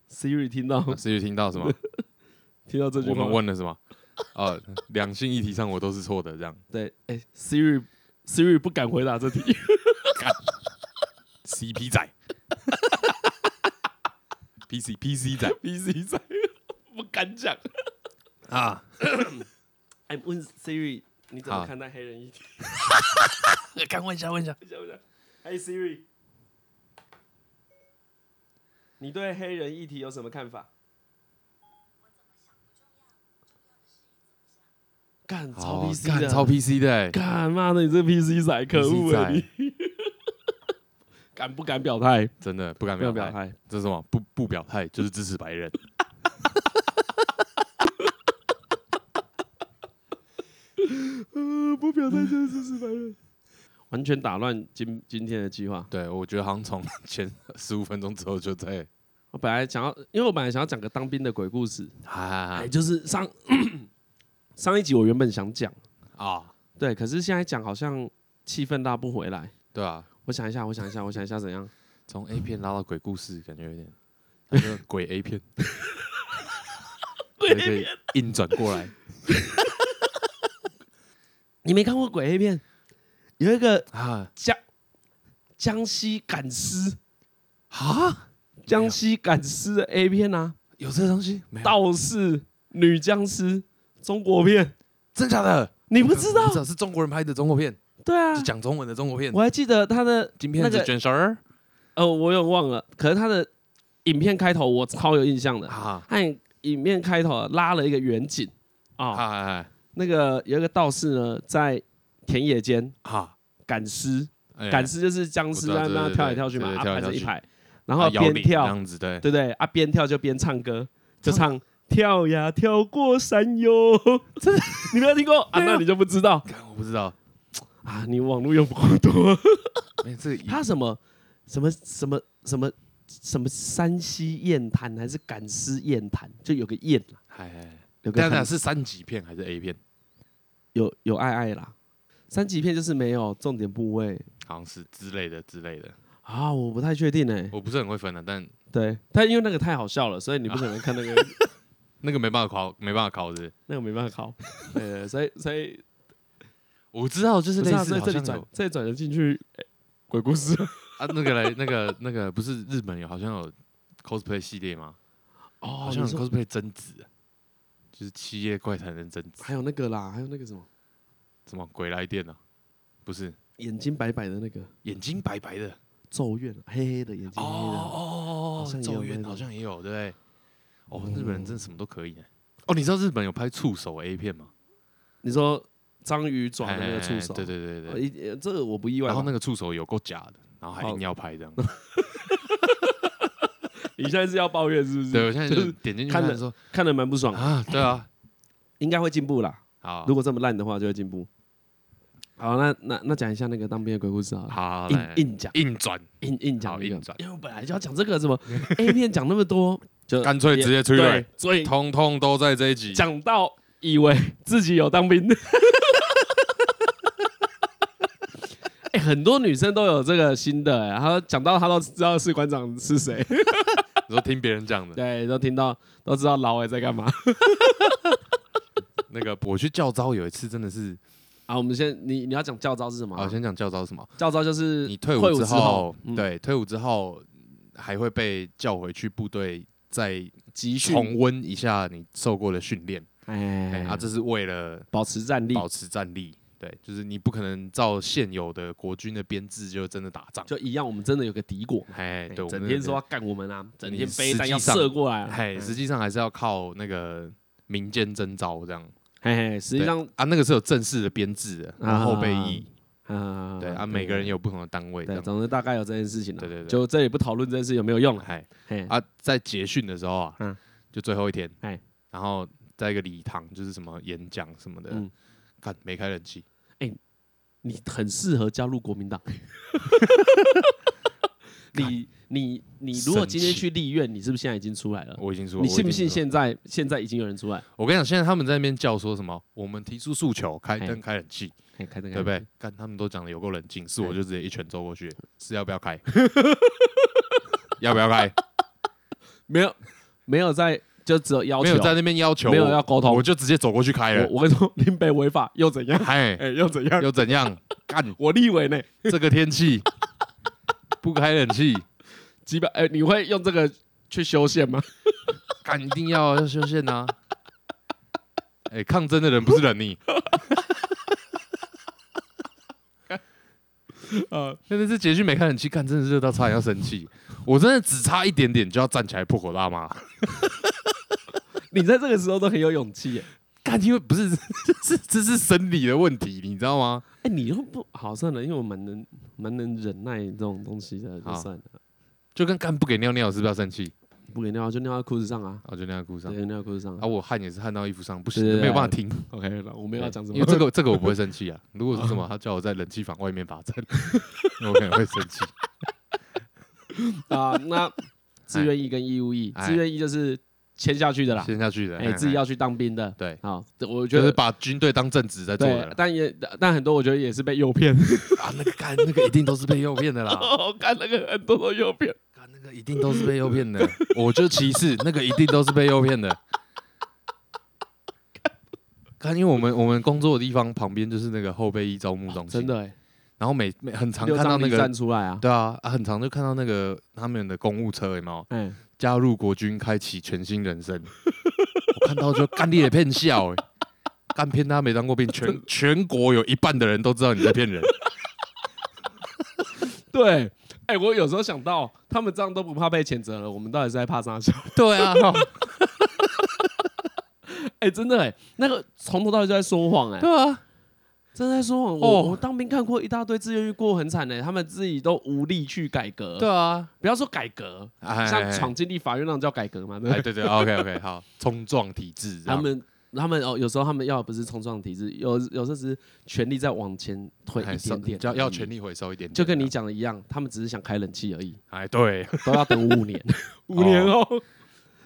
Speaker 1: s i r i 听 到
Speaker 2: 啊思雨听到什么？
Speaker 1: 听到这句
Speaker 2: 我
Speaker 1: 话吗，
Speaker 2: 们问了什么？啊，两性议题上我都是错的，这样。
Speaker 1: 对，哎、s i r i Siri 不敢回答这题，
Speaker 2: CP 仔， PC PC 仔
Speaker 1: PC 仔， 不敢讲。
Speaker 2: 啊，
Speaker 1: 哎，问 Siri，你怎么
Speaker 2: 好
Speaker 1: 看待黑人 议题？
Speaker 2: 敢问一下问一下，
Speaker 1: 想不想？哎，Siri，你对黑人议题有什么看法？干超
Speaker 2: 哦
Speaker 1: PC
Speaker 2: 干
Speaker 1: 的，
Speaker 2: 超 PC 的欸，
Speaker 1: 干妈的，你这 PC 仔可恶
Speaker 2: PC
Speaker 1: 啊！
Speaker 2: 仔
Speaker 1: 你 敢不敢表态？
Speaker 2: 真的不敢
Speaker 1: 不要
Speaker 2: 表
Speaker 1: 表
Speaker 2: 态，
Speaker 1: 态，
Speaker 2: 这是什么？不不表态就是支持白人。
Speaker 1: 呃，不表态就是支持白人，完全打乱今今天的计划。
Speaker 2: 对，我觉得好像从前十五分钟之后就在
Speaker 1: 我本来想要，因为我本来想要讲个当兵的鬼故事，哎、
Speaker 2: 啊
Speaker 1: 就是上 上一集我原本想讲，
Speaker 2: 啊，
Speaker 1: 对，可是现在讲好像气氛拉不回来。
Speaker 2: 对啊，
Speaker 1: 我想一下，我想一下，我想一下怎样？
Speaker 2: 从 A 片拉到鬼故事，感觉有 点那个鬼 A 片，鬼可以硬转过来
Speaker 1: 你没看过鬼 A 片？有一个
Speaker 2: 啊
Speaker 1: 江江西赶尸，
Speaker 2: 啊，
Speaker 1: 江西赶尸的 A 片啊，
Speaker 2: 有这东西没有？
Speaker 1: 道士女僵尸中国片，
Speaker 2: 真假的？
Speaker 1: 你不知道
Speaker 2: 我？不是中国人拍的中国片，
Speaker 1: 对啊
Speaker 2: 就，讲中文的中国片。
Speaker 1: 我还记得他的
Speaker 2: 金片
Speaker 1: 那
Speaker 2: 子
Speaker 1: 个
Speaker 2: 卷绳儿
Speaker 1: 呃，我有忘了，可是他的影片开头我超有印象的，
Speaker 2: 啊
Speaker 1: 他影片开头拉了一个远景啊、
Speaker 2: 啊
Speaker 1: 那个有一个道士呢在田野间
Speaker 2: 啊！
Speaker 1: 赶尸，
Speaker 2: 哎
Speaker 1: 赶尸就是僵尸
Speaker 2: 我知
Speaker 1: 在
Speaker 2: 道
Speaker 1: 那
Speaker 2: 对对
Speaker 1: 跳来
Speaker 2: 对
Speaker 1: 跳去嘛，
Speaker 2: 对
Speaker 1: 啊
Speaker 2: 跳来
Speaker 1: 排
Speaker 2: 跳
Speaker 1: 成一
Speaker 2: 去啊
Speaker 1: 排，然后
Speaker 2: 摇
Speaker 1: 边
Speaker 2: 铃这
Speaker 1: 跳，
Speaker 2: 样子，对，
Speaker 1: 对不对啊边跳就边唱歌，就
Speaker 2: 唱
Speaker 1: 唱跳呀跳过山 哟，这你没有听过啊？
Speaker 2: 没有
Speaker 1: 那你就不知道
Speaker 2: 干我不知道，
Speaker 1: 啊，你网络用不够多。
Speaker 2: 哎，这个
Speaker 1: 他什么什么什么什么什么山西雁潭还是赶尸雁潭，就有个雁啦，
Speaker 2: 哎哎，
Speaker 1: 有个
Speaker 2: 等一下等一下
Speaker 1: 潭
Speaker 2: 是三级片还是 A 片？
Speaker 1: 有有爱爱啦。三级片就是没有重点部位
Speaker 2: 好像是之类的之类的，
Speaker 1: 啊，我不太确定哎、
Speaker 2: 我不是很会分的，但
Speaker 1: 对，但因为那个太好笑了，所以你不可能看那 个，
Speaker 2: 那个没办法考，没办法考的。
Speaker 1: 那个没办法考。对
Speaker 2: 呃
Speaker 1: 对，对所以所以
Speaker 2: 我知道，就是
Speaker 1: 不
Speaker 2: 类
Speaker 1: 是啊，
Speaker 2: 似
Speaker 1: 所以
Speaker 2: 好
Speaker 1: 这里
Speaker 2: 像
Speaker 1: 转
Speaker 2: 有
Speaker 1: 这里转了进去、哎鬼故事
Speaker 2: 啊，那个嘞，那个那个不是日本有好像有 cosplay 系列吗？
Speaker 1: 哦，
Speaker 2: 好像
Speaker 1: 你
Speaker 2: 有
Speaker 1: 说
Speaker 2: cosplay 贞子，啊就是七夜怪谈的贞子，
Speaker 1: 还有那个啦，还有那个什么
Speaker 2: 什么鬼来电啊？不是，
Speaker 1: 眼睛白白的那个
Speaker 2: 眼睛白白的。
Speaker 1: 咒怨，黑黑的眼睛黑黑的。好
Speaker 2: 哦
Speaker 1: 像也有
Speaker 2: 咒
Speaker 1: 那
Speaker 2: 怨
Speaker 1: 种
Speaker 2: 好像也有，对不对？哦，日本人真的什么都可以呢。哦，你知道日本有拍触手 A 片吗？
Speaker 1: 你说章鱼爪啊的那个触手，
Speaker 2: 哎对对对
Speaker 1: 哦，
Speaker 2: 对。
Speaker 1: 一呃这个我不意外吧。
Speaker 2: 然后那个触手有够假的，然后还
Speaker 1: 哦
Speaker 2: 硬要拍这样。
Speaker 1: 你现在是要抱怨是不是？
Speaker 2: 对，我现在
Speaker 1: 就
Speaker 2: 就是
Speaker 1: 是
Speaker 2: 点进去
Speaker 1: 看
Speaker 2: 看
Speaker 1: 了
Speaker 2: 说
Speaker 1: 看得蛮不爽的，
Speaker 2: 啊，对啊，
Speaker 1: 应该会进步啦。
Speaker 2: 好，
Speaker 1: 如果这么烂的话，就会进步。好，那那那讲一下那个当兵的鬼故事好了，
Speaker 2: 好
Speaker 1: 硬
Speaker 2: 来
Speaker 1: 硬讲，
Speaker 2: 硬转，
Speaker 1: 硬硬讲
Speaker 2: 好
Speaker 1: 那个
Speaker 2: 硬转
Speaker 1: 因为我本来就要讲这个，什么 A 片讲那么多，就
Speaker 2: 干脆
Speaker 1: 也
Speaker 2: 直接吹
Speaker 1: 对
Speaker 2: 了，，
Speaker 1: 所以
Speaker 2: 通通都在这一集。
Speaker 1: 讲到以为自己有当兵。 哎、很多女生都有这个新的、欸，然后讲到她都知道士官长是 谁，
Speaker 2: 你说听别人讲的，
Speaker 1: 对，都听到都知道老伟在干 嘛。
Speaker 2: 那个我去教招有一次真的是，
Speaker 1: 啊，我们先你你要讲教招是什么、
Speaker 2: 啊，我先讲教招是什么？
Speaker 1: 教招就是
Speaker 2: 你退伍
Speaker 1: 伍
Speaker 2: 之
Speaker 1: 后
Speaker 2: 后，对，退伍之后还会被叫回去部队再
Speaker 1: 集训，
Speaker 2: 重温一下你受过的训练。哎，
Speaker 1: 哎，
Speaker 2: 啊，这是为了
Speaker 1: 保持战力，
Speaker 2: 保持战力。对，就是你不可能照现有的国军的编制就真的打仗。
Speaker 1: 就一样。我们真的有个敌国，
Speaker 2: 哎，
Speaker 1: 哎
Speaker 2: 对，我
Speaker 1: 整
Speaker 2: 们的
Speaker 1: 天说要干我们啊，整天
Speaker 2: 你
Speaker 1: 飞弹
Speaker 2: 实际
Speaker 1: 要
Speaker 2: 上
Speaker 1: 射过来啊，
Speaker 2: 哎，实际上还是要靠那个民间征召这样。
Speaker 1: 嘿嘿，实际
Speaker 2: 对
Speaker 1: 上
Speaker 2: 啊，那个是有正式的编制的，然后备役。
Speaker 1: 啊，
Speaker 2: 对啊，每个人有不同的单位这
Speaker 1: 对，
Speaker 2: 样。
Speaker 1: 总之大概有这件事情了。
Speaker 2: 对对对
Speaker 1: 就这里不讨论这件事有没有用了。
Speaker 2: 哎，
Speaker 1: 嘿，
Speaker 2: 啊，在结训的时候啊，
Speaker 1: 嗯
Speaker 2: 就最后一天，
Speaker 1: 哎
Speaker 2: 然后在一个礼堂，就是什么演讲什么的，
Speaker 1: 嗯
Speaker 2: 看没开冷气，
Speaker 1: 你很适合加入国民 党。你你你，如果今天
Speaker 2: 生气
Speaker 1: 去立院，你是不是现在已经出来了？
Speaker 2: 我已经说，
Speaker 1: 嗯你信不
Speaker 2: 我已经
Speaker 1: 信
Speaker 2: 说？
Speaker 1: 现在现在已经有人出来？
Speaker 2: 我跟你讲，现在他们在那边叫说什么？我们提出诉求，开
Speaker 1: 哎
Speaker 2: 灯、开冷气，
Speaker 1: 嘿，开灯，
Speaker 2: 对不对？看他们都讲的有够冷静，是我
Speaker 1: 哎
Speaker 2: 就直接一拳揍过去，是要不要 开？要不要开？
Speaker 1: 没有没有在，就只有要
Speaker 2: 没
Speaker 1: 求
Speaker 2: 有，在那边要求我，
Speaker 1: 没有要沟通
Speaker 2: 我就直接走过去开了
Speaker 1: 我。我跟你说，林北违法又怎样？
Speaker 2: 嗨，
Speaker 1: 哎、又怎样？
Speaker 2: 又怎样？干
Speaker 1: 我立委呢？
Speaker 2: 这个天气不开冷气，
Speaker 1: 几百哎、你会用这个去修宪吗？
Speaker 2: 干一定要要修宪呐、啊！ 哎、抗争的人不是人 你，
Speaker 1: 呃，
Speaker 2: 那那次结局没看很气，看真的是热到差点要生气，我真的只差一点点就要站起来破口大骂。
Speaker 1: 你在这个时候都很有勇气耶。
Speaker 2: 干，因为不是 这是这是生理的问题，你知道吗？
Speaker 1: 哎、你又不好算了，因为我蛮能蛮能忍耐这种东西的，就
Speaker 2: 好
Speaker 1: 算了，
Speaker 2: 就跟干不给尿尿是不是要生气？
Speaker 1: 不给尿就尿到裤子上啊，
Speaker 2: 我就那样故事啊
Speaker 1: 对，尿到裤子上
Speaker 2: 啊，
Speaker 1: 啊。
Speaker 2: 我汗也是汗到衣服上，不行
Speaker 1: 对，对
Speaker 2: 没有
Speaker 1: 对
Speaker 2: 办法停。
Speaker 1: OK，那我没有要讲什么，
Speaker 2: 因为这个这个我不会生气啊。如果是什么，他叫我在冷气房外面罚站， 我可能会生气。
Speaker 1: 啊、 那自愿役跟义务役，
Speaker 2: 哎
Speaker 1: 自愿役就是签下去的啦，
Speaker 2: 先下去的，
Speaker 1: 哎、
Speaker 2: 嘿
Speaker 1: 自己
Speaker 2: 嘿
Speaker 1: 要去当兵的。
Speaker 2: 对，
Speaker 1: 好，这我觉
Speaker 2: 就
Speaker 1: 得
Speaker 2: 是把军队当正职在做的
Speaker 1: 对
Speaker 2: 啦，
Speaker 1: 但也但很多我觉得也是被诱 骗，
Speaker 2: 啊。那个干那个一定都是被诱骗 的啦，
Speaker 1: 我看那个很多都诱骗。
Speaker 2: 干那个一定都是被诱骗的。我就歧 视那个一定都是被诱骗的。看，因为我们我们工作的地方旁边就是那个后备役招募中心，
Speaker 1: 真，的、欸，
Speaker 2: 然后每每很常
Speaker 1: 六
Speaker 2: 看到
Speaker 1: 张
Speaker 2: 那
Speaker 1: 犁站
Speaker 2: 个，
Speaker 1: 出来啊，
Speaker 2: 对啊，啊很常就看到那个他们的公务车有没有？
Speaker 1: 哎、
Speaker 2: 加入国军，开启全新人生。 我看到就干你也骗笑、欸，干骗他没当过 兵，全全国有一半的人都知道你在骗人。
Speaker 1: 对，哎、我有时候想到他们这样都不怕被谴责了，我们到底是在怕啥笑？
Speaker 2: 对啊，
Speaker 1: 哎、真的哎、那个从头到尾就在说谎哎、
Speaker 2: 对啊，
Speaker 1: 真的在说谎。我、
Speaker 2: 哦
Speaker 1: 我当兵看过一大堆自愿役过很惨哎、他们自己都无力去改革，
Speaker 2: 对，啊，
Speaker 1: 不要说改革，
Speaker 2: 哎
Speaker 1: 像闯进立法院那种叫改革嘛，对不
Speaker 2: 哎，
Speaker 1: 对？
Speaker 2: 对对，OK OK，好，冲撞体制这
Speaker 1: 他
Speaker 2: 样，
Speaker 1: 们他们哦，有时候他们要的不是冲撞体制，有有时候只是权力再往前推
Speaker 2: 哎
Speaker 1: 一点点，
Speaker 2: 稍要要全，力回收一点点，
Speaker 1: 就跟你讲的一样，他们只是想开冷气而已，
Speaker 2: 哎，对，
Speaker 1: 都要等 五年，
Speaker 2: 五年
Speaker 1: 后。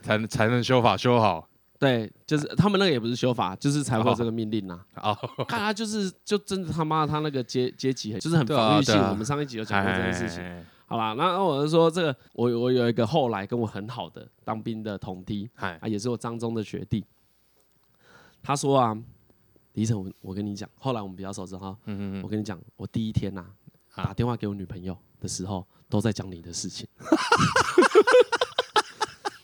Speaker 2: 才能才能修法修好。
Speaker 1: 对，就是他们那个也不是修法，就是才会有这个命令呐、
Speaker 2: 哦，
Speaker 1: 看他就是就真的他妈他那个阶阶级很就是很
Speaker 2: 对啊
Speaker 1: 防御性，
Speaker 2: 对啊
Speaker 1: 我们上一集有讲过这件事情。
Speaker 2: 哎，
Speaker 1: 好啦，那那我就说这个，我我有一个后来跟我很好的当兵的同梯
Speaker 2: 嗨，
Speaker 1: 啊，也是我张中的学弟，他说啊，李晨，我我跟你讲，后来我们比较熟之后，
Speaker 2: 嗯嗯
Speaker 1: 我跟你讲，我第一天呐、
Speaker 2: 啊
Speaker 1: 打电话给我女朋友的时候，都在讲你的事 情，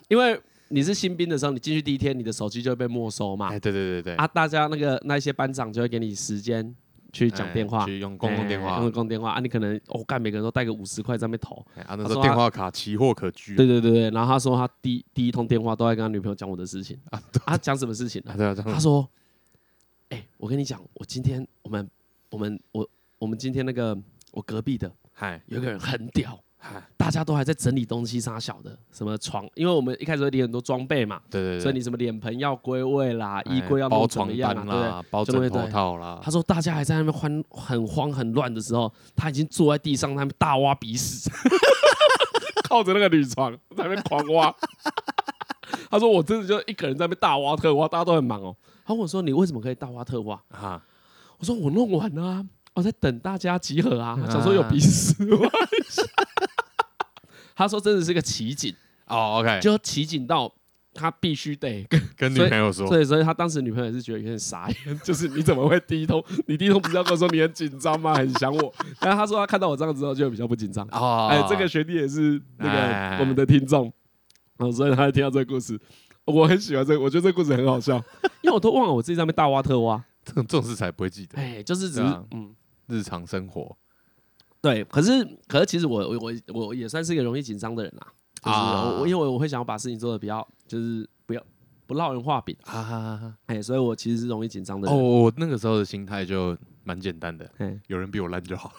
Speaker 1: 因为你是新兵的时候，你进去第一天，你的手机就会被没收
Speaker 2: 嗯，
Speaker 1: 嘛
Speaker 2: 哎，，对对对对，
Speaker 1: 啊，大家那个那一些班长就会给你时间去讲
Speaker 2: 哎
Speaker 1: 电话，
Speaker 2: 去用公共电
Speaker 1: 哎
Speaker 2: 话
Speaker 1: 用，公共电话啊，你可能我干、每个人都带个五十块在那边投，
Speaker 2: 哎啊，那
Speaker 1: 他
Speaker 2: 时
Speaker 1: 说
Speaker 2: 候
Speaker 1: 他
Speaker 2: 电话卡奇货可居，啊
Speaker 1: 对对对对，然后他说他第第一通电话都在跟他女朋友讲我的事 情
Speaker 2: 啊
Speaker 1: 啊，他讲什么事情呢、
Speaker 2: 啊，对啊，这样
Speaker 1: 他说：“哎、我跟你讲，我今天我们我们我我们今天那个我隔壁的
Speaker 2: 嗨
Speaker 1: 有一个人很屌，
Speaker 2: 嗨，
Speaker 1: 大家都还在整理东西啥小的，什么床，因为我们一开始会理很多装备嘛，
Speaker 2: 对对对，
Speaker 1: 所以你什么脸盆要归位啦，
Speaker 2: 哎
Speaker 1: 衣柜要
Speaker 2: 包
Speaker 1: 弄怎么
Speaker 2: 床
Speaker 1: 样
Speaker 2: 单
Speaker 1: 啊，对不对？
Speaker 2: 啦，包
Speaker 1: 就那
Speaker 2: 枕
Speaker 1: 边
Speaker 2: 头
Speaker 1: 对
Speaker 2: 套啦
Speaker 1: 他，说大家还在那边欢很慌很乱的时候，他已经坐在地上，他们大挖鼻屎， 靠着那个女床在那边狂挖。 他说我真的就一个人在那边大挖特挖，大家都很忙哦。他问我说你为什么可以大挖特挖？
Speaker 2: 啊，
Speaker 1: 我说我弄完了、啊，我在等大家集合啊。他想说有鼻屎挖一下。 他说真的是个奇景，
Speaker 2: 哦，OK，
Speaker 1: 就奇景到他必须得跟
Speaker 2: 跟女
Speaker 1: 所以
Speaker 2: 朋友说，
Speaker 1: 所以，所以他当时女朋友也是觉得有点傻眼， 就是你怎么会第一通？你第一通不是要跟我说你很紧张吗？很想我？但他说他看到我这样之后就比较不紧张。
Speaker 2: 哦，
Speaker 1: 哎，这个学弟也是那
Speaker 2: 哎
Speaker 1: 个我们的听众，哦，所以他听到这个故事，我很喜欢这个，我觉得这个故事很好笑，因为我都忘了我自己在那边大挖特挖。
Speaker 2: 这种这种事才不会记得，
Speaker 1: 哎，就是只
Speaker 2: 对
Speaker 1: 是
Speaker 2: 啊
Speaker 1: 嗯，
Speaker 2: 日常生活
Speaker 1: 对。可是可是其实我我我我也算是一个容易紧张的人啊，就是
Speaker 2: 啊
Speaker 1: 我我因为我会想要把事情做的比较就是不要不落人话柄，
Speaker 2: 啊，
Speaker 1: 哎，所以我其实是容易紧张的
Speaker 2: 哦，
Speaker 1: 人。
Speaker 2: 我那个时候的心态就蛮简单的，
Speaker 1: 哎，
Speaker 2: 有人比我烂 就好。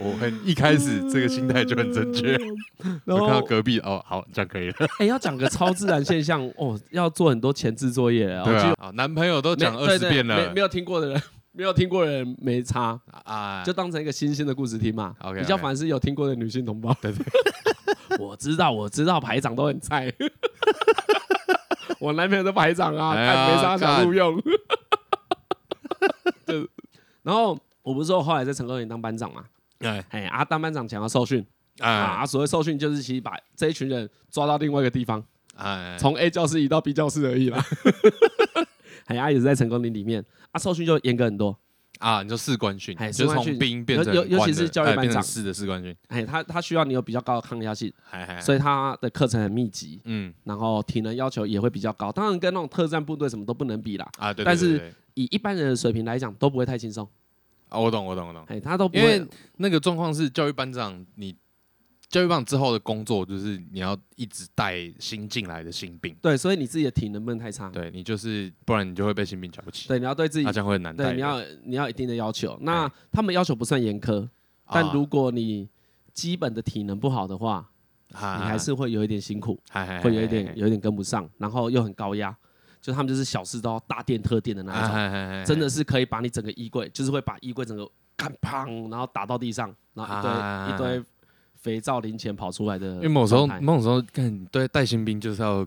Speaker 2: 我很一开始这个心态就很正确，
Speaker 1: 嗯然
Speaker 2: 我看
Speaker 1: 后
Speaker 2: 到隔壁哦，好，这样可以了，
Speaker 1: 哎、要讲个超自然现 象哦，要做很多前置作业了。
Speaker 2: 对
Speaker 1: 我记
Speaker 2: 啊
Speaker 1: 得，
Speaker 2: 好男朋友都
Speaker 1: 没
Speaker 2: 讲二
Speaker 1: 对
Speaker 2: 十
Speaker 1: 对
Speaker 2: 遍
Speaker 1: 没
Speaker 2: 了
Speaker 1: 没有听过的人， 没有听过的人没差，
Speaker 2: 啊，
Speaker 1: 就当成一个新鲜的故事听嘛。
Speaker 2: OK，OK
Speaker 1: 比较反而是有听过的女性同胞。
Speaker 2: 对对
Speaker 1: 我知道，我知道，排长都很 菜。我男朋友的排长啊，
Speaker 2: 哎
Speaker 1: 看
Speaker 2: 呀
Speaker 1: 没啥小录用。 对然后我不是说我后来在成功园当班长嘛？
Speaker 2: 哎
Speaker 1: 哎、啊，当班长想要受训
Speaker 2: 哎
Speaker 1: 啊，所谓受训就是其实把这一群人抓到另外一个地方。
Speaker 2: 哎，
Speaker 1: 从 A 教室移到 哎 B 教室而已啦。海鸭也是在成功林里面啊，受训就严格很多。
Speaker 2: 啊，你说士官训，
Speaker 1: 哎
Speaker 2: 就
Speaker 1: 士
Speaker 2: 是
Speaker 1: 官训
Speaker 2: 从兵变成
Speaker 1: 尤尤尤其
Speaker 2: 官的
Speaker 1: 是教育
Speaker 2: 哎
Speaker 1: 班
Speaker 2: 变
Speaker 1: 长
Speaker 2: 成士的士官训，
Speaker 1: 哎，他他需要你有比较高的抗压性，
Speaker 2: 嗨嗨，
Speaker 1: 所
Speaker 2: 以
Speaker 1: 以他的课程很密集，
Speaker 2: 嗯
Speaker 1: 然后体能要求也会比较高。当然跟那种特战部队什么都不能比啦，
Speaker 2: 啊，对，对
Speaker 1: 但
Speaker 2: 对
Speaker 1: 是
Speaker 2: 对
Speaker 1: 以一般人的水平来讲都不会太轻松。
Speaker 2: 啊，我懂我懂我懂，
Speaker 1: 哎，他都不
Speaker 2: 因为
Speaker 1: 会，
Speaker 2: 那个状况是教育班长，你教育班长之后的工作就是你要一直带新进来的新兵，
Speaker 1: 对，所以你自己的体能不能太差。
Speaker 2: 对你就是不然你就会被新兵瞧不起，
Speaker 1: 对，你要对自己
Speaker 2: 他这样会很难带的。
Speaker 1: 对，你要你要有一定的要求。那
Speaker 2: 哎
Speaker 1: 他们要求不算严苛，但
Speaker 2: 啊
Speaker 1: 如果你基本的体能不好的话，
Speaker 2: 啊哎
Speaker 1: 你还是会有一点辛苦，
Speaker 2: 嗨嗨嗨
Speaker 1: 会有一
Speaker 2: 嗨
Speaker 1: 点
Speaker 2: 嗨
Speaker 1: 有一点跟不上，然后又很高压，就他们就是小事都要大电特电的那
Speaker 2: 啊
Speaker 1: 一种，
Speaker 2: 嗨嗨嗨
Speaker 1: 真的是可以把你整个衣柜，就是会把衣柜整个干砰，然后打到地上，然后一堆、
Speaker 2: 啊
Speaker 1: 一堆肥皂零钱跑出来的状
Speaker 2: 因
Speaker 1: 态。
Speaker 2: 为某时候某种时候看对带新兵就是要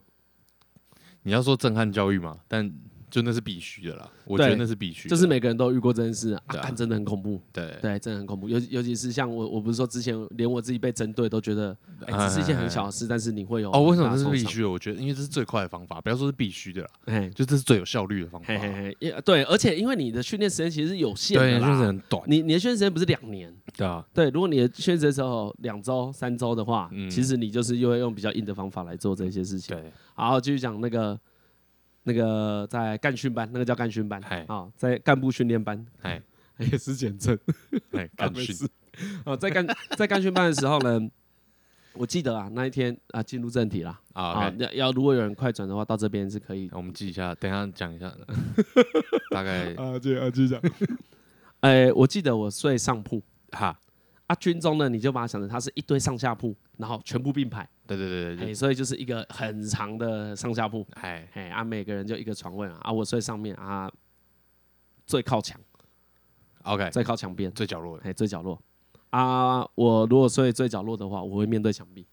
Speaker 2: 你要说震撼教育嘛，但就那是必须的啦，我觉
Speaker 1: 对
Speaker 2: 得那是必须的，
Speaker 1: 就是每个人都遇过这件事啊，
Speaker 2: 对啊
Speaker 1: 干真的很恐怖，
Speaker 2: 对
Speaker 1: 对，真的很恐怖。尤其尤其是像我，我不是说之前连我自己被针对都觉得，哎、
Speaker 2: 哎
Speaker 1: 只是一件很小的事，但是你会有
Speaker 2: 哦，为什么
Speaker 1: 很大
Speaker 2: 这是
Speaker 1: 的
Speaker 2: 必
Speaker 1: 受伤？
Speaker 2: 须的？啊我觉得因为这是最快的方法，不要说是必须的啦，
Speaker 1: 哎，
Speaker 2: 就这是最有效率的方法
Speaker 1: 嘿
Speaker 2: 啦。
Speaker 1: 嘿嘿，也对，而且因为你的训练时间其实是有限
Speaker 2: 对，
Speaker 1: 的
Speaker 2: 就是
Speaker 1: 啦，
Speaker 2: 很短，
Speaker 1: 你你的训练时间不是两年，
Speaker 2: 对啊，
Speaker 1: 对，如果你的训练时间只有两周、三周的话，
Speaker 2: 嗯
Speaker 1: 其实你就是又会用比较硬的方法来做这些事情。
Speaker 2: 对，
Speaker 1: 好，继续讲那个那个在干训班，那个叫干训班，
Speaker 2: 嗨
Speaker 1: 啊、在干部训练班，
Speaker 2: 哎
Speaker 1: 也是简称。
Speaker 2: 哎，
Speaker 1: 啊
Speaker 2: 干
Speaker 1: 没
Speaker 2: 训
Speaker 1: 事哦，在干在干训班的时候呢，我记得啊，那一天啊，进入正题啦。
Speaker 2: 啊
Speaker 1: 啊，
Speaker 2: ，OK，
Speaker 1: 要要如果有人快转的话，到这边是可以。
Speaker 2: 我们记一下，等一下 讲一下，大概
Speaker 1: 啊，继啊继续讲。哎，我记得我睡上铺
Speaker 2: 哈，
Speaker 1: 啊，军中呢，你就把它想成它是一堆上下铺，然后全部并排，
Speaker 2: 对对对
Speaker 1: 哎，
Speaker 2: 对，就
Speaker 1: 所以就是一个很长的上下铺，
Speaker 2: 哎
Speaker 1: 哎啊，每个人就一个床位啊，啊，我睡上面啊，最靠墙，
Speaker 2: ，OK，
Speaker 1: 最靠墙边，
Speaker 2: 最角落的
Speaker 1: 哎，最角落。啊，我如果睡最角落的话，我会面对墙壁。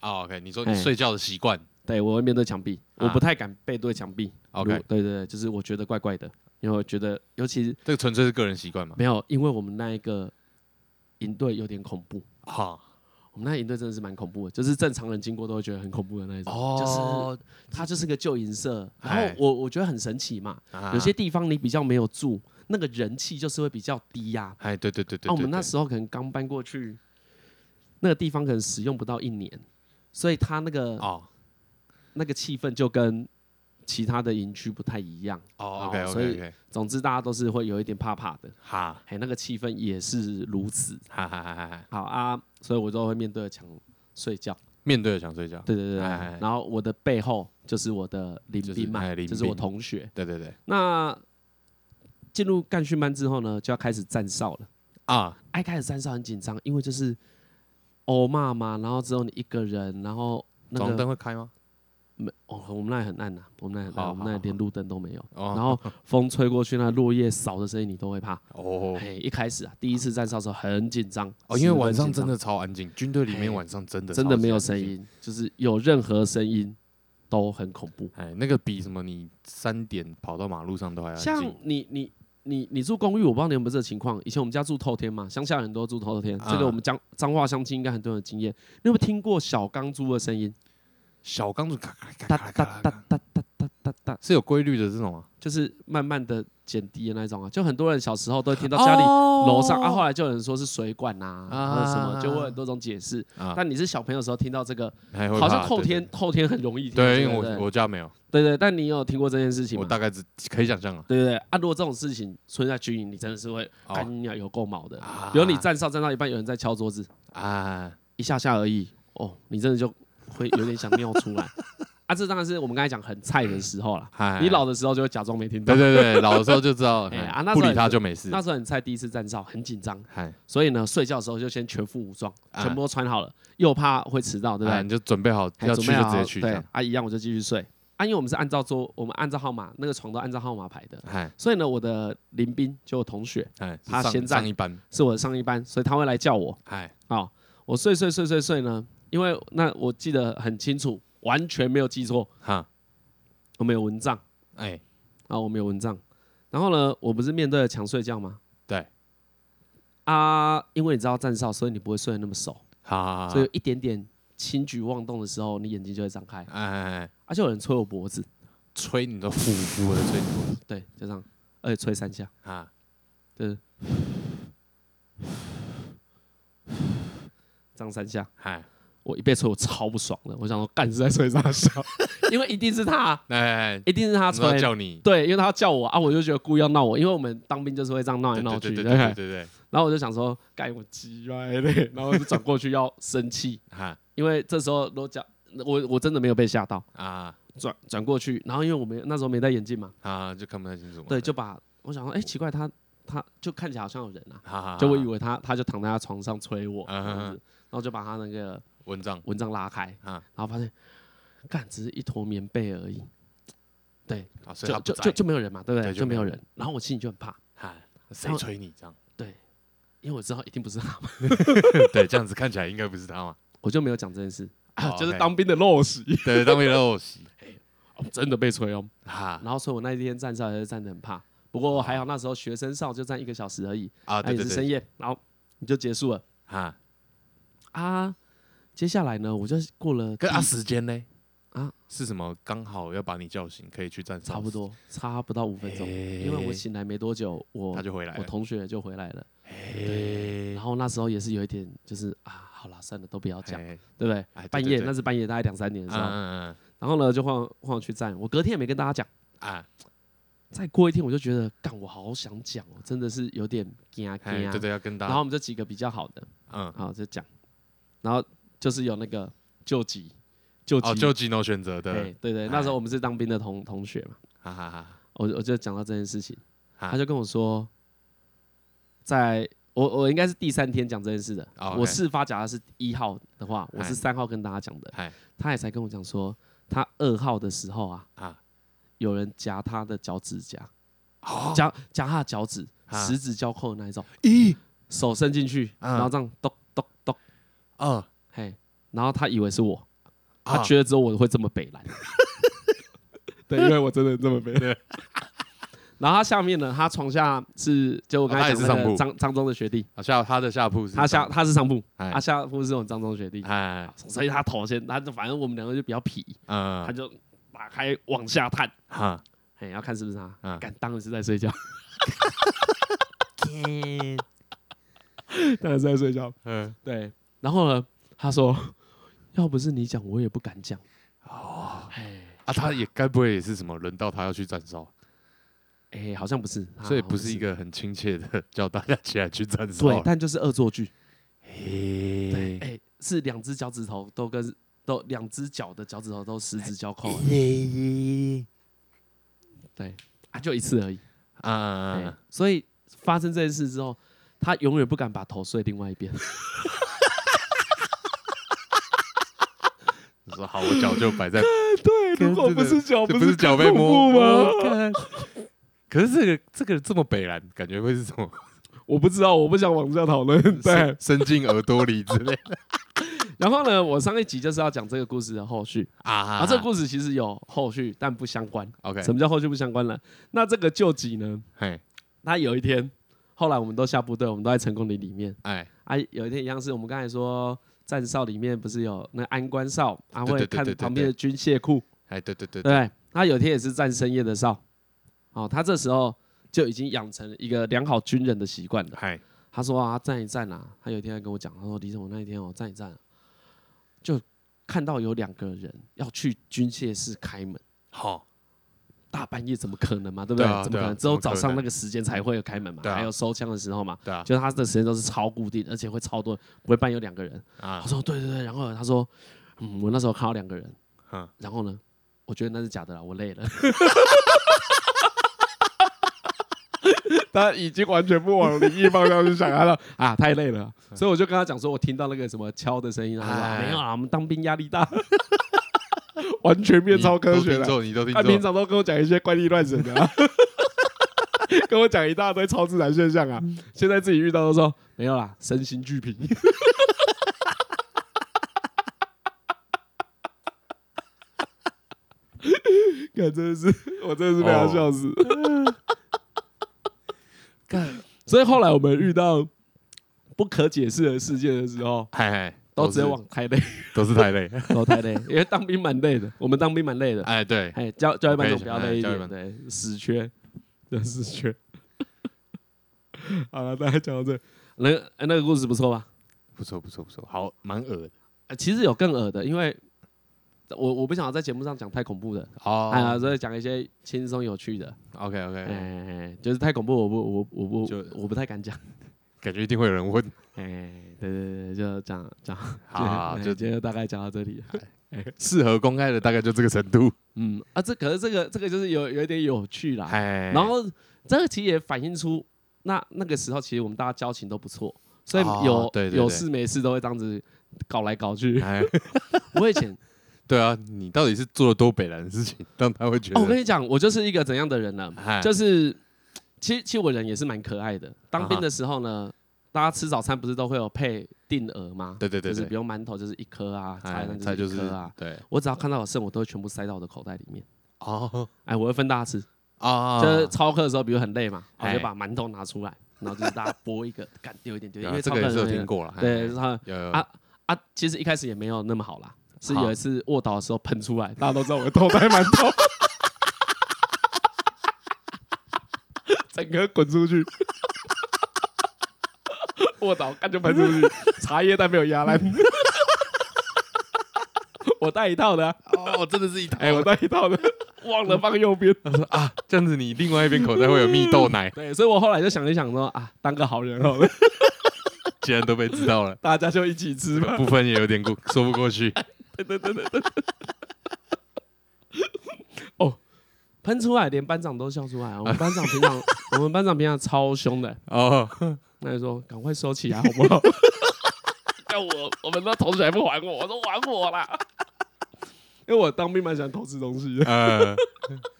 Speaker 2: 啊，OK，你说你
Speaker 1: 哎
Speaker 2: 睡觉的习惯
Speaker 1: 对，我会面对墙壁，
Speaker 2: 啊
Speaker 1: 我不太敢背对墙壁。如
Speaker 2: ，OK，
Speaker 1: 对对对，就是我觉得怪怪的，因为我觉得，尤其是
Speaker 2: 这个纯粹是个人习惯 嘛，
Speaker 1: 没有，因为我们那一个营队有点恐怖，
Speaker 2: 哈，
Speaker 1: 我们那营队真的是蛮恐怖的，就是正常人经过都会觉得很恐怖的那一种。
Speaker 2: 哦，
Speaker 1: 就是它就是个旧营舍，然
Speaker 2: 哎
Speaker 1: 后我我觉得很神奇嘛，
Speaker 2: 啊
Speaker 1: 有些地方你比较没有住，那个人气就是会比较低呀、
Speaker 2: 哎，对对对对，
Speaker 1: 啊。我们那
Speaker 2: 是
Speaker 1: 时候可能刚搬过去，那个地方可能使用不到一年，所以它那个
Speaker 2: 哦
Speaker 1: 那个气氛就跟其他的营区不太一样。
Speaker 2: 哦，OK
Speaker 1: 所
Speaker 2: OK
Speaker 1: 以
Speaker 2: OK，
Speaker 1: 总之，大家都是会有一点怕怕的，
Speaker 2: 哈
Speaker 1: 哎，那个气氛也是如此。
Speaker 2: 哈哈哈哈，
Speaker 1: 好啊，所以我都会面对着墙睡觉。
Speaker 2: 面对着想睡觉，
Speaker 1: 对对对对
Speaker 2: 哎
Speaker 1: 然后我的背后就是我的林兵
Speaker 2: 就是
Speaker 1: 嘛，
Speaker 2: 哎林
Speaker 1: 就
Speaker 2: 兵
Speaker 1: 是我同学。
Speaker 2: 对对对
Speaker 1: 那进入干训班之后呢，就要开始站哨了。
Speaker 2: 啊，
Speaker 1: 哎，开始站哨很紧张，因为就是哦妈妈，然后只有你一个人，然后那
Speaker 2: 闯红
Speaker 1: 个
Speaker 2: 灯会开吗？
Speaker 1: 没哦，我们那里很暗呐、我们那里很暗，
Speaker 2: 好
Speaker 1: 我们那
Speaker 2: 好
Speaker 1: 里
Speaker 2: 好
Speaker 1: 连路灯都没有。
Speaker 2: 哦
Speaker 1: 然后风吹过去，那落叶扫的声音你都会怕。
Speaker 2: 哦
Speaker 1: 哎，一开始啊，第一次站哨的时候很紧张
Speaker 2: 哦，因为晚上
Speaker 1: 十分
Speaker 2: 真
Speaker 1: 紧
Speaker 2: 的超安静，军队里面
Speaker 1: 哎
Speaker 2: 晚上真的
Speaker 1: 张真的
Speaker 2: 超
Speaker 1: 没有
Speaker 2: 级安
Speaker 1: 声
Speaker 2: 静，
Speaker 1: 音，就是有任何声音都很恐怖。
Speaker 2: 哎，那个比什么你三点跑到马路上都还要
Speaker 1: 像
Speaker 2: 近，
Speaker 1: 你你你你住公寓，我不知道你有没有这个情况。以前我们家住透天嘛，乡下人都住透天，这
Speaker 2: 啊
Speaker 1: 个我们彰彰化乡亲应该很多人有经验。你有没有听过小钢珠的声音？
Speaker 2: 小钢珠咔咔
Speaker 1: 哒
Speaker 2: 咔咔
Speaker 1: 哒哒
Speaker 2: 咔咔，
Speaker 1: 哒哒哒哒哒，
Speaker 2: 是有规律的这种啊，
Speaker 1: 就是慢慢的减低的那种啊。就很多人小时候都会听到家里楼上啊，后来就有人说是水管呐、啊，
Speaker 2: 啊
Speaker 1: 或者什么，就会有很多种解释。
Speaker 2: 啊
Speaker 1: 但你是小朋友的时候听到这个，
Speaker 2: 还会
Speaker 1: 好
Speaker 2: 怕
Speaker 1: 像后
Speaker 2: 对
Speaker 1: 天后天很容易听到这
Speaker 2: 对，因
Speaker 1: 个。
Speaker 2: 为
Speaker 1: 对
Speaker 2: 我我家没有，
Speaker 1: 对对，但你有听过这件事情
Speaker 2: 我
Speaker 1: 吗？
Speaker 2: 大概只可以想象啊，
Speaker 1: 对对对啊！如果这种事情存在军营，你真的是会
Speaker 2: 哦
Speaker 1: 干呀有够毛的。
Speaker 2: 啊
Speaker 1: 比如你站哨站到一半，有人在敲桌子，
Speaker 2: 啊，
Speaker 1: 一下下而已，哦，你真的就会有点想尿出来。 啊，这当然是我们刚才讲很菜的时候啦。
Speaker 2: 嗨
Speaker 1: 你老的时候就会假装没听到
Speaker 2: 哎对。对对，老的时候就知道，
Speaker 1: 哎
Speaker 2: 哎
Speaker 1: 啊那时
Speaker 2: 不
Speaker 1: 候
Speaker 2: 理
Speaker 1: 也
Speaker 2: 他
Speaker 1: 是
Speaker 2: 就没事哎
Speaker 1: 那。时候很菜，第一次站哨很紧张，
Speaker 2: 嗨，
Speaker 1: 所以呢，睡觉的时候就先全副武装，
Speaker 2: 啊
Speaker 1: 全部都穿好了，又怕会迟到，对不
Speaker 2: 啊
Speaker 1: 对
Speaker 2: 你？就准备好
Speaker 1: 哎
Speaker 2: 要
Speaker 1: 准
Speaker 2: 去
Speaker 1: 备
Speaker 2: 就
Speaker 1: 好
Speaker 2: 直接去，这
Speaker 1: 对
Speaker 2: 样。
Speaker 1: 啊，一样我就继续睡。啊，因为我们是按照桌，我们按照号码，那个床都按照号码排的，
Speaker 2: 嗨
Speaker 1: 所以呢，我的林斌就有同学
Speaker 2: 嗨，
Speaker 1: 他
Speaker 2: 哎上
Speaker 1: 先站
Speaker 2: 上一班，哎
Speaker 1: 是我的上一班，所以他会来叫我。
Speaker 2: 嗨
Speaker 1: 啊、我睡睡睡睡睡呢，因为那我记得很清楚，完全没有记错，
Speaker 2: 哈，
Speaker 1: 我没有蚊帐
Speaker 2: 哎
Speaker 1: 啊，我没有蚊帐。然后呢，我不是面对着墙睡觉吗？
Speaker 2: 对，
Speaker 1: 啊，因为你知道站哨，所以你不会睡得那么熟，
Speaker 2: 好好好，
Speaker 1: 所以有一点点轻举妄动的时候，你眼睛就会张开，
Speaker 2: 哎哎哎
Speaker 1: 而、且有人吹我脖子，
Speaker 2: 吹你都呼呼的吹你脖子
Speaker 1: 哎对，就这样，而且吹三下，
Speaker 2: 啊，
Speaker 1: 就是 张三下，
Speaker 2: 嗨，
Speaker 1: 我一被吹我超不爽的，我想说干是在吹啥笑，因为一定是他，
Speaker 2: 哎，
Speaker 1: 一定是他
Speaker 2: 他
Speaker 1: 吹，
Speaker 2: 叫你，
Speaker 1: 对，因为他叫我啊，我就觉得故意要闹我，因为我们当兵就是会这样闹来
Speaker 2: 对
Speaker 1: 闹哎
Speaker 2: 对
Speaker 1: 去，
Speaker 2: 对对
Speaker 1: 对不对
Speaker 2: 对对对，
Speaker 1: 然后我就想说，干我鸡歪嘞，然后我就转过去要生气，
Speaker 2: 哈
Speaker 1: 因为这时候罗讲，我我真的没有被吓到，
Speaker 2: 啊
Speaker 1: 转转过去，然后因为我没那时候没戴眼镜嘛，
Speaker 2: 啊，就看不太清楚嘛，
Speaker 1: 对，就把我想说，哎、奇怪，他他就看起来好像有人啊，
Speaker 2: 哈哈，
Speaker 1: 就我以
Speaker 2: 为
Speaker 1: 为他他就躺在他床上催我，这
Speaker 2: 嗯
Speaker 1: 样子然后就把他那个
Speaker 2: 蚊帐
Speaker 1: 蚊帐拉开，
Speaker 2: 啊
Speaker 1: 然后发现，干只是一坨棉被而已，对，
Speaker 2: 啊，所以
Speaker 1: 就
Speaker 2: 他
Speaker 1: 就
Speaker 2: 不
Speaker 1: 就
Speaker 2: 在，
Speaker 1: 就没有人嘛，对不对？
Speaker 2: 对就
Speaker 1: 就没有
Speaker 2: 没有
Speaker 1: 人，然后我心里就很怕，
Speaker 2: 哈，谁催你这样？
Speaker 1: 因为我知道一定不是他嘛，
Speaker 2: 对，这样子看起来应该不是他嘛，
Speaker 1: 我就没有讲这件事，啊
Speaker 2: 哦
Speaker 1: 就是
Speaker 2: ，OK
Speaker 1: 当兵的陋 习，
Speaker 2: 对，当兵陋习，
Speaker 1: 哦真的被催哦。
Speaker 2: 哈
Speaker 1: 然后所以我那一天站哨也是站得很怕，不过还好那时候学生哨就站一个小时而已，
Speaker 2: 啊，
Speaker 1: 那
Speaker 2: 对
Speaker 1: 也
Speaker 2: 对
Speaker 1: 是深
Speaker 2: 对，
Speaker 1: 夜，然后你就结束了
Speaker 2: 哈，
Speaker 1: 啊。接下来呢，我就过了
Speaker 2: 跟
Speaker 1: 第
Speaker 2: 啊时间呢？
Speaker 1: 啊
Speaker 2: 啊，是什么？刚好要把你叫醒，可以去站 哨
Speaker 1: 差不多差不到五分钟，因为我醒来没多久，我
Speaker 2: 他就回来
Speaker 1: 我
Speaker 2: 了。哎
Speaker 1: 同学就回来了，
Speaker 2: 嘿
Speaker 1: 然后那时候也是有一点就是啊，好啦，算了，都不要讲，
Speaker 2: 嘿
Speaker 1: 对不对？
Speaker 2: 哎对
Speaker 1: 半
Speaker 2: 对
Speaker 1: 夜
Speaker 2: 对
Speaker 1: 那是半夜大概两三点的时候，
Speaker 2: 嗯嗯
Speaker 1: 然后呢就换我换我去站，我隔天也没跟大家讲。
Speaker 2: 嗯啊，
Speaker 1: 再过一天我就觉得，干，我好想讲哦，真的是有点惊啊
Speaker 2: 嘿
Speaker 1: 惊啊
Speaker 2: 哎对。对，要跟大
Speaker 1: 然
Speaker 2: 家
Speaker 1: 后，我们就几个比较好的，
Speaker 2: 嗯，
Speaker 1: 好就讲，然后就是有那个救急，救急，
Speaker 2: 哦，就 Gino 选择的，
Speaker 1: 哎对对，那时候我们是当兵的同同学嘛，
Speaker 2: 哈哈哈，
Speaker 1: 我我就讲到这件事情，
Speaker 2: 哈
Speaker 1: 他就跟我说，在我我应该是第三天讲这件事的，
Speaker 2: 哦，OK
Speaker 1: 我事发假如是一号的话，我
Speaker 2: 嗨
Speaker 1: 是三号跟大家讲的，
Speaker 2: 嗨
Speaker 1: 他也才跟我讲说，他二号的时候啊，
Speaker 2: 啊，
Speaker 1: 有人夹他的脚趾甲，
Speaker 2: 哦，
Speaker 1: 夹夹他的脚趾，
Speaker 2: 啊
Speaker 1: 十指交扣的那一种，
Speaker 2: 一，
Speaker 1: 手伸进去，
Speaker 2: 嗯
Speaker 1: 然后这样咚咚咚，
Speaker 2: 二，
Speaker 1: 嘿，然后他以为是我。他
Speaker 2: 啊，
Speaker 1: 觉得只有我会这么北蓝。 对，因为我真的这么北蓝。然后他下面呢，他床下是就我刚才
Speaker 2: 哦他也
Speaker 1: 讲那
Speaker 2: 是上
Speaker 1: 个
Speaker 2: 铺
Speaker 1: 张张忠的学弟，
Speaker 2: 啊下他的下铺是
Speaker 1: 他下
Speaker 2: 上，
Speaker 1: 他是上铺，
Speaker 2: 哎
Speaker 1: 他下铺是我们张忠的学弟，
Speaker 2: 哎，
Speaker 1: 所以他头先，他就反正我们两个就比较痞，他
Speaker 2: 嗯，
Speaker 1: 就打开往下探，
Speaker 2: 哈，
Speaker 1: 哎，要看是不是他，
Speaker 2: 嗯
Speaker 1: 敢当然是在睡 觉，当然是在睡觉。
Speaker 2: 嗯，
Speaker 1: 对，然后呢，他说要不是你讲，我也不敢讲。哦，哎。
Speaker 2: 啊，他也该不会也是什么轮到他要去站哨，
Speaker 1: 哎、好像不是，
Speaker 2: 所以
Speaker 1: 啊
Speaker 2: 不是一个很亲切的叫大家起来去站哨，
Speaker 1: 对，，但就是恶作剧。对，
Speaker 2: 嘿，
Speaker 1: 哎、是两只脚趾头都跟都两只脚的脚趾头都十指交扣、哎
Speaker 2: 嘿，
Speaker 1: 对，啊，就一次而已。哎、
Speaker 2: 啊，
Speaker 1: 所以发生这件事之后，他永远不敢把头睡另外一 边。
Speaker 2: 你说好，我脚就摆在，
Speaker 1: 对
Speaker 2: 如果不是
Speaker 1: 脚
Speaker 2: 这不是脚被摸？吗？可是这个这个这么北然，感觉会是什么
Speaker 1: 我不知道，我不想往下讨论。
Speaker 2: 伸，伸进耳朵里之类的
Speaker 1: 然后呢，我上一集就是要讲这个故事的后续
Speaker 2: 啊
Speaker 1: 啊，这个故事其实有后续，但不相关。
Speaker 2: OK，
Speaker 1: 什么叫后续不相关了？那这个救急呢？
Speaker 2: 嘿，
Speaker 1: 他有一天，后来我们都下部队，我们都在成功里里面。
Speaker 2: 哎，
Speaker 1: 啊，有一天一样是我们刚才说站哨里面不是有那安官哨，啊
Speaker 2: 对
Speaker 1: 会
Speaker 2: 对对
Speaker 1: 看
Speaker 2: 对对
Speaker 1: 旁边的军械库，
Speaker 2: 哎，对对
Speaker 1: 对
Speaker 2: 对
Speaker 1: 不，对？他有一天也是站深夜的哨，哦，他这时候就已经养成一个良好军人的习惯了。
Speaker 2: 嗨，
Speaker 1: 他说啊，站一站啊，他有一天还跟我讲，他说李总，我那一天哦站一站、啊，就看到有两个人要去军械室开门。
Speaker 2: 好，
Speaker 1: 大半夜怎么可能嘛，对不对？
Speaker 2: 对啊
Speaker 1: 怎么
Speaker 2: 对啊
Speaker 1: 可能？只
Speaker 2: 怎
Speaker 1: 有
Speaker 2: 么可
Speaker 1: 早
Speaker 2: 能
Speaker 1: 上那个时间才会有开门嘛，
Speaker 2: 对啊
Speaker 1: 还有收枪的时候嘛，
Speaker 2: 对啊，
Speaker 1: 就是他的时间都是超固定，而且会超多，不会半夜有两个人。
Speaker 2: 啊
Speaker 1: 他，说对对对，然后他说，嗯，我那时候看到两个人，
Speaker 2: 嗯
Speaker 1: 然后呢，我觉得那是假的啦，我累 了。他已经完全不往灵异方向去想，他说啊太累了，所以我就跟他讲说，我听到那个什么敲的声音，他说、啊
Speaker 2: 嗯哎
Speaker 1: 没有啊，我们当兵压力大， 完全变超科学了。啊
Speaker 2: 你都听
Speaker 1: 他平
Speaker 2: 错，
Speaker 1: 常都跟我讲一些怪力乱神的、 啊，跟我讲一大堆超自然现象啊，现在自己遇到都说没有啦，身心俱 疲。看，真的是，我真的是被他笑 死。
Speaker 2: 干，
Speaker 1: 所以后来我们遇到不可解释的事件的时候，
Speaker 2: 嗨嗨，
Speaker 1: 都直接往太累，
Speaker 2: 都是太 累，
Speaker 1: 都太累，因为当兵蛮累的，我们当兵蛮累的。
Speaker 2: 哎，对，
Speaker 1: 哎，教教育班
Speaker 2: 可以
Speaker 1: 总比较
Speaker 2: 哎
Speaker 1: 累一
Speaker 2: 教育
Speaker 1: 点，
Speaker 2: 班
Speaker 1: 对，死缺，对死缺。 好了，大家讲到这，那个呃那个故事不错吧？
Speaker 2: 不错不错不错，好，蛮恶的
Speaker 1: 呃，其实有更恶的，因为我我不想要在节目上讲太恐怖的，
Speaker 2: 哦
Speaker 1: 哎呀，所以讲一些轻松有趣的。
Speaker 2: OK
Speaker 1: 哎
Speaker 2: OK，
Speaker 1: 哎，哎就是太恐怖，我不我我不
Speaker 2: 就
Speaker 1: 我不太敢讲。
Speaker 2: 感觉一定会有人问，
Speaker 1: 哎，对对对，就讲讲，
Speaker 2: 好好好
Speaker 1: 哎
Speaker 2: 就
Speaker 1: 今天就大概讲到这里。
Speaker 2: 适合公开的大概就这个程度，
Speaker 1: 嗯啊，这可是这个这个就是有有一点有趣啦。
Speaker 2: 哎，
Speaker 1: 然后这个其实也反映出那那个时候，其实我们大家交情都不错，所以
Speaker 2: 哦
Speaker 1: 有、
Speaker 2: 对对
Speaker 1: 有
Speaker 2: 对
Speaker 1: 事没事都会这样子搞来搞去。
Speaker 2: 哎，
Speaker 1: 我以前，
Speaker 2: 对啊，你到底是做了多北兰的事情，让他会觉
Speaker 1: 哦，我跟
Speaker 2: 得，
Speaker 1: 你讲，我就是一个怎样的人呢？
Speaker 2: 哎
Speaker 1: 就是其实其实我人也是蛮可爱的。当
Speaker 2: 啊
Speaker 1: 兵
Speaker 2: 哈
Speaker 1: 的时候呢，大家吃早餐不是都会有配定额吗？
Speaker 2: 对对对
Speaker 1: 就是
Speaker 2: 对
Speaker 1: 比，如馒头就是一颗啊，
Speaker 2: 哎
Speaker 1: 菜蛋
Speaker 2: 菜
Speaker 1: 就
Speaker 2: 就是是
Speaker 1: 一颗啊。
Speaker 2: 对，
Speaker 1: 我只要看到有剩，我都会全部塞到我的口袋里面。
Speaker 2: 哦
Speaker 1: 哎，我会分大家吃。
Speaker 2: 啊，
Speaker 1: 就是操课的时候，比如很累嘛，我
Speaker 2: 哎
Speaker 1: 就把馒头拿出来，然后就是大家剥一个，干丢一点丢一点，
Speaker 2: 有啊
Speaker 1: 因为
Speaker 2: 这
Speaker 1: 操
Speaker 2: 个
Speaker 1: 课
Speaker 2: 也
Speaker 1: 很
Speaker 2: 是有
Speaker 1: 容易
Speaker 2: 听。过了，
Speaker 1: 对，
Speaker 2: 哎
Speaker 1: 然后
Speaker 2: 有有
Speaker 1: 啊啊，其实一开始也没有那么好啦，是
Speaker 2: 好
Speaker 1: 有一次卧倒的时候喷出来，大家都知道我偷带馒头，整个滚出去。 卧倒，干就喷出去，茶叶蛋没有 压烂。我带一套的、啊，
Speaker 2: 哦，真的是一台
Speaker 1: 哎、我带一套的， 忘了放右边。，
Speaker 2: 啊， 这样子你另外一边口袋会有蜜豆奶
Speaker 1: 对，所以我后来就想一想说啊，当个好人好了，
Speaker 2: 既然都被知道了，
Speaker 1: 大家就一起吃
Speaker 2: 这
Speaker 1: 吧。
Speaker 2: 个部分也有点过说不过去，
Speaker 1: 喷出来，连班长都笑出来啊！我们班长平 常，我们班长平常超凶的，
Speaker 2: 哦，
Speaker 1: 那就说赶快收起来好不好？ 但我我们那同学还不还我，我说还我啦。因为我当兵蛮喜欢偷吃东西 的，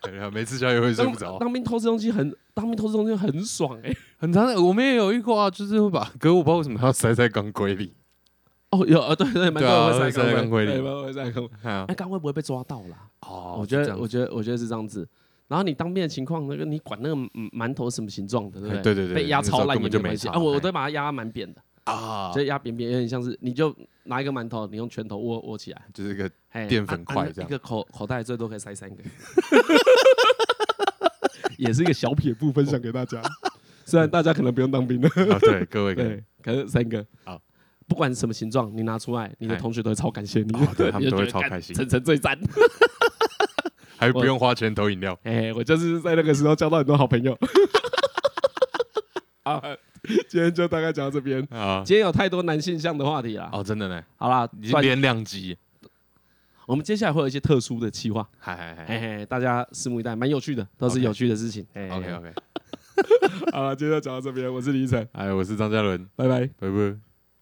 Speaker 2: 呃，每次宵夜会睡
Speaker 1: 当
Speaker 2: 不着，
Speaker 1: 当兵偷吃东西很，当兵偷吃东西很爽哎、
Speaker 2: 很常的，我们也有遇过啊，就是会把，可是我不知道为什么他要塞在钢盔 里，
Speaker 1: 哦，有呃，对对，蛮多人
Speaker 2: 对啊
Speaker 1: 会塞
Speaker 2: 会塞
Speaker 1: 钢
Speaker 2: 钢盔里
Speaker 1: 对，蛮多人会塞钢 盔。
Speaker 2: 啊
Speaker 1: 那，钢哎盔不会被抓到啦？
Speaker 2: 哦
Speaker 1: 我觉
Speaker 2: 是这
Speaker 1: 得，
Speaker 2: 样
Speaker 1: 我觉得，我觉得是这样子。然后你当面的情况，那个你管那个嗯馒头什么形状的，对不
Speaker 2: 哎对对对
Speaker 1: 被压
Speaker 2: 那时候
Speaker 1: 超烂也
Speaker 2: 根本就
Speaker 1: 没关
Speaker 2: 没
Speaker 1: 系
Speaker 2: 差
Speaker 1: 啊，我我
Speaker 2: 哎
Speaker 1: 都把它压蛮扁的，
Speaker 2: 啊
Speaker 1: 就，压扁扁，有点像是你就拿一个馒头，你用拳头握握起来，
Speaker 2: 就是一个
Speaker 1: 嘿
Speaker 2: 淀粉
Speaker 1: 啊啊
Speaker 2: 块
Speaker 1: 那
Speaker 2: 这样
Speaker 1: 一个口口袋最多可以塞三个， 也是一个小撇步分享给大 家。虽然大家可能不用当兵的，
Speaker 2: 啊，对 各位，各位
Speaker 1: 对，可是三个
Speaker 2: 好。
Speaker 1: 不管什么形状，你拿出来，你的
Speaker 2: 哎
Speaker 1: 同学都会超感谢你
Speaker 2: 哦，对
Speaker 1: 你
Speaker 2: 他们
Speaker 1: 就
Speaker 2: 都
Speaker 1: 觉
Speaker 2: 会
Speaker 1: 得
Speaker 2: 超
Speaker 1: 干
Speaker 2: 开心
Speaker 1: 晨晨最 赞。
Speaker 2: 还不用花钱投饮料，
Speaker 1: 哎、我就是在那个时候交到很多好朋 友。啊，今天就大概讲到这边。
Speaker 2: 啊，
Speaker 1: 今天有太多男性向的话题啦。
Speaker 2: 哦，真的呢，
Speaker 1: 好啦，
Speaker 2: 已经
Speaker 1: 算
Speaker 2: 连两集，
Speaker 1: 我们接下来会有一些特殊的企划，
Speaker 2: 嗨嗨
Speaker 1: 嘿
Speaker 2: 嗨
Speaker 1: 嘿，大家拭目以待，蛮有趣的，都是
Speaker 2: 哎 OK
Speaker 1: 有趣的事情。
Speaker 2: 哎
Speaker 1: 嘿
Speaker 2: ，OK OK，
Speaker 1: 好了，今天就讲到这边，我是李依晨，
Speaker 2: 哎，我是张嘉伦，
Speaker 1: 拜拜。
Speaker 2: 拜拜。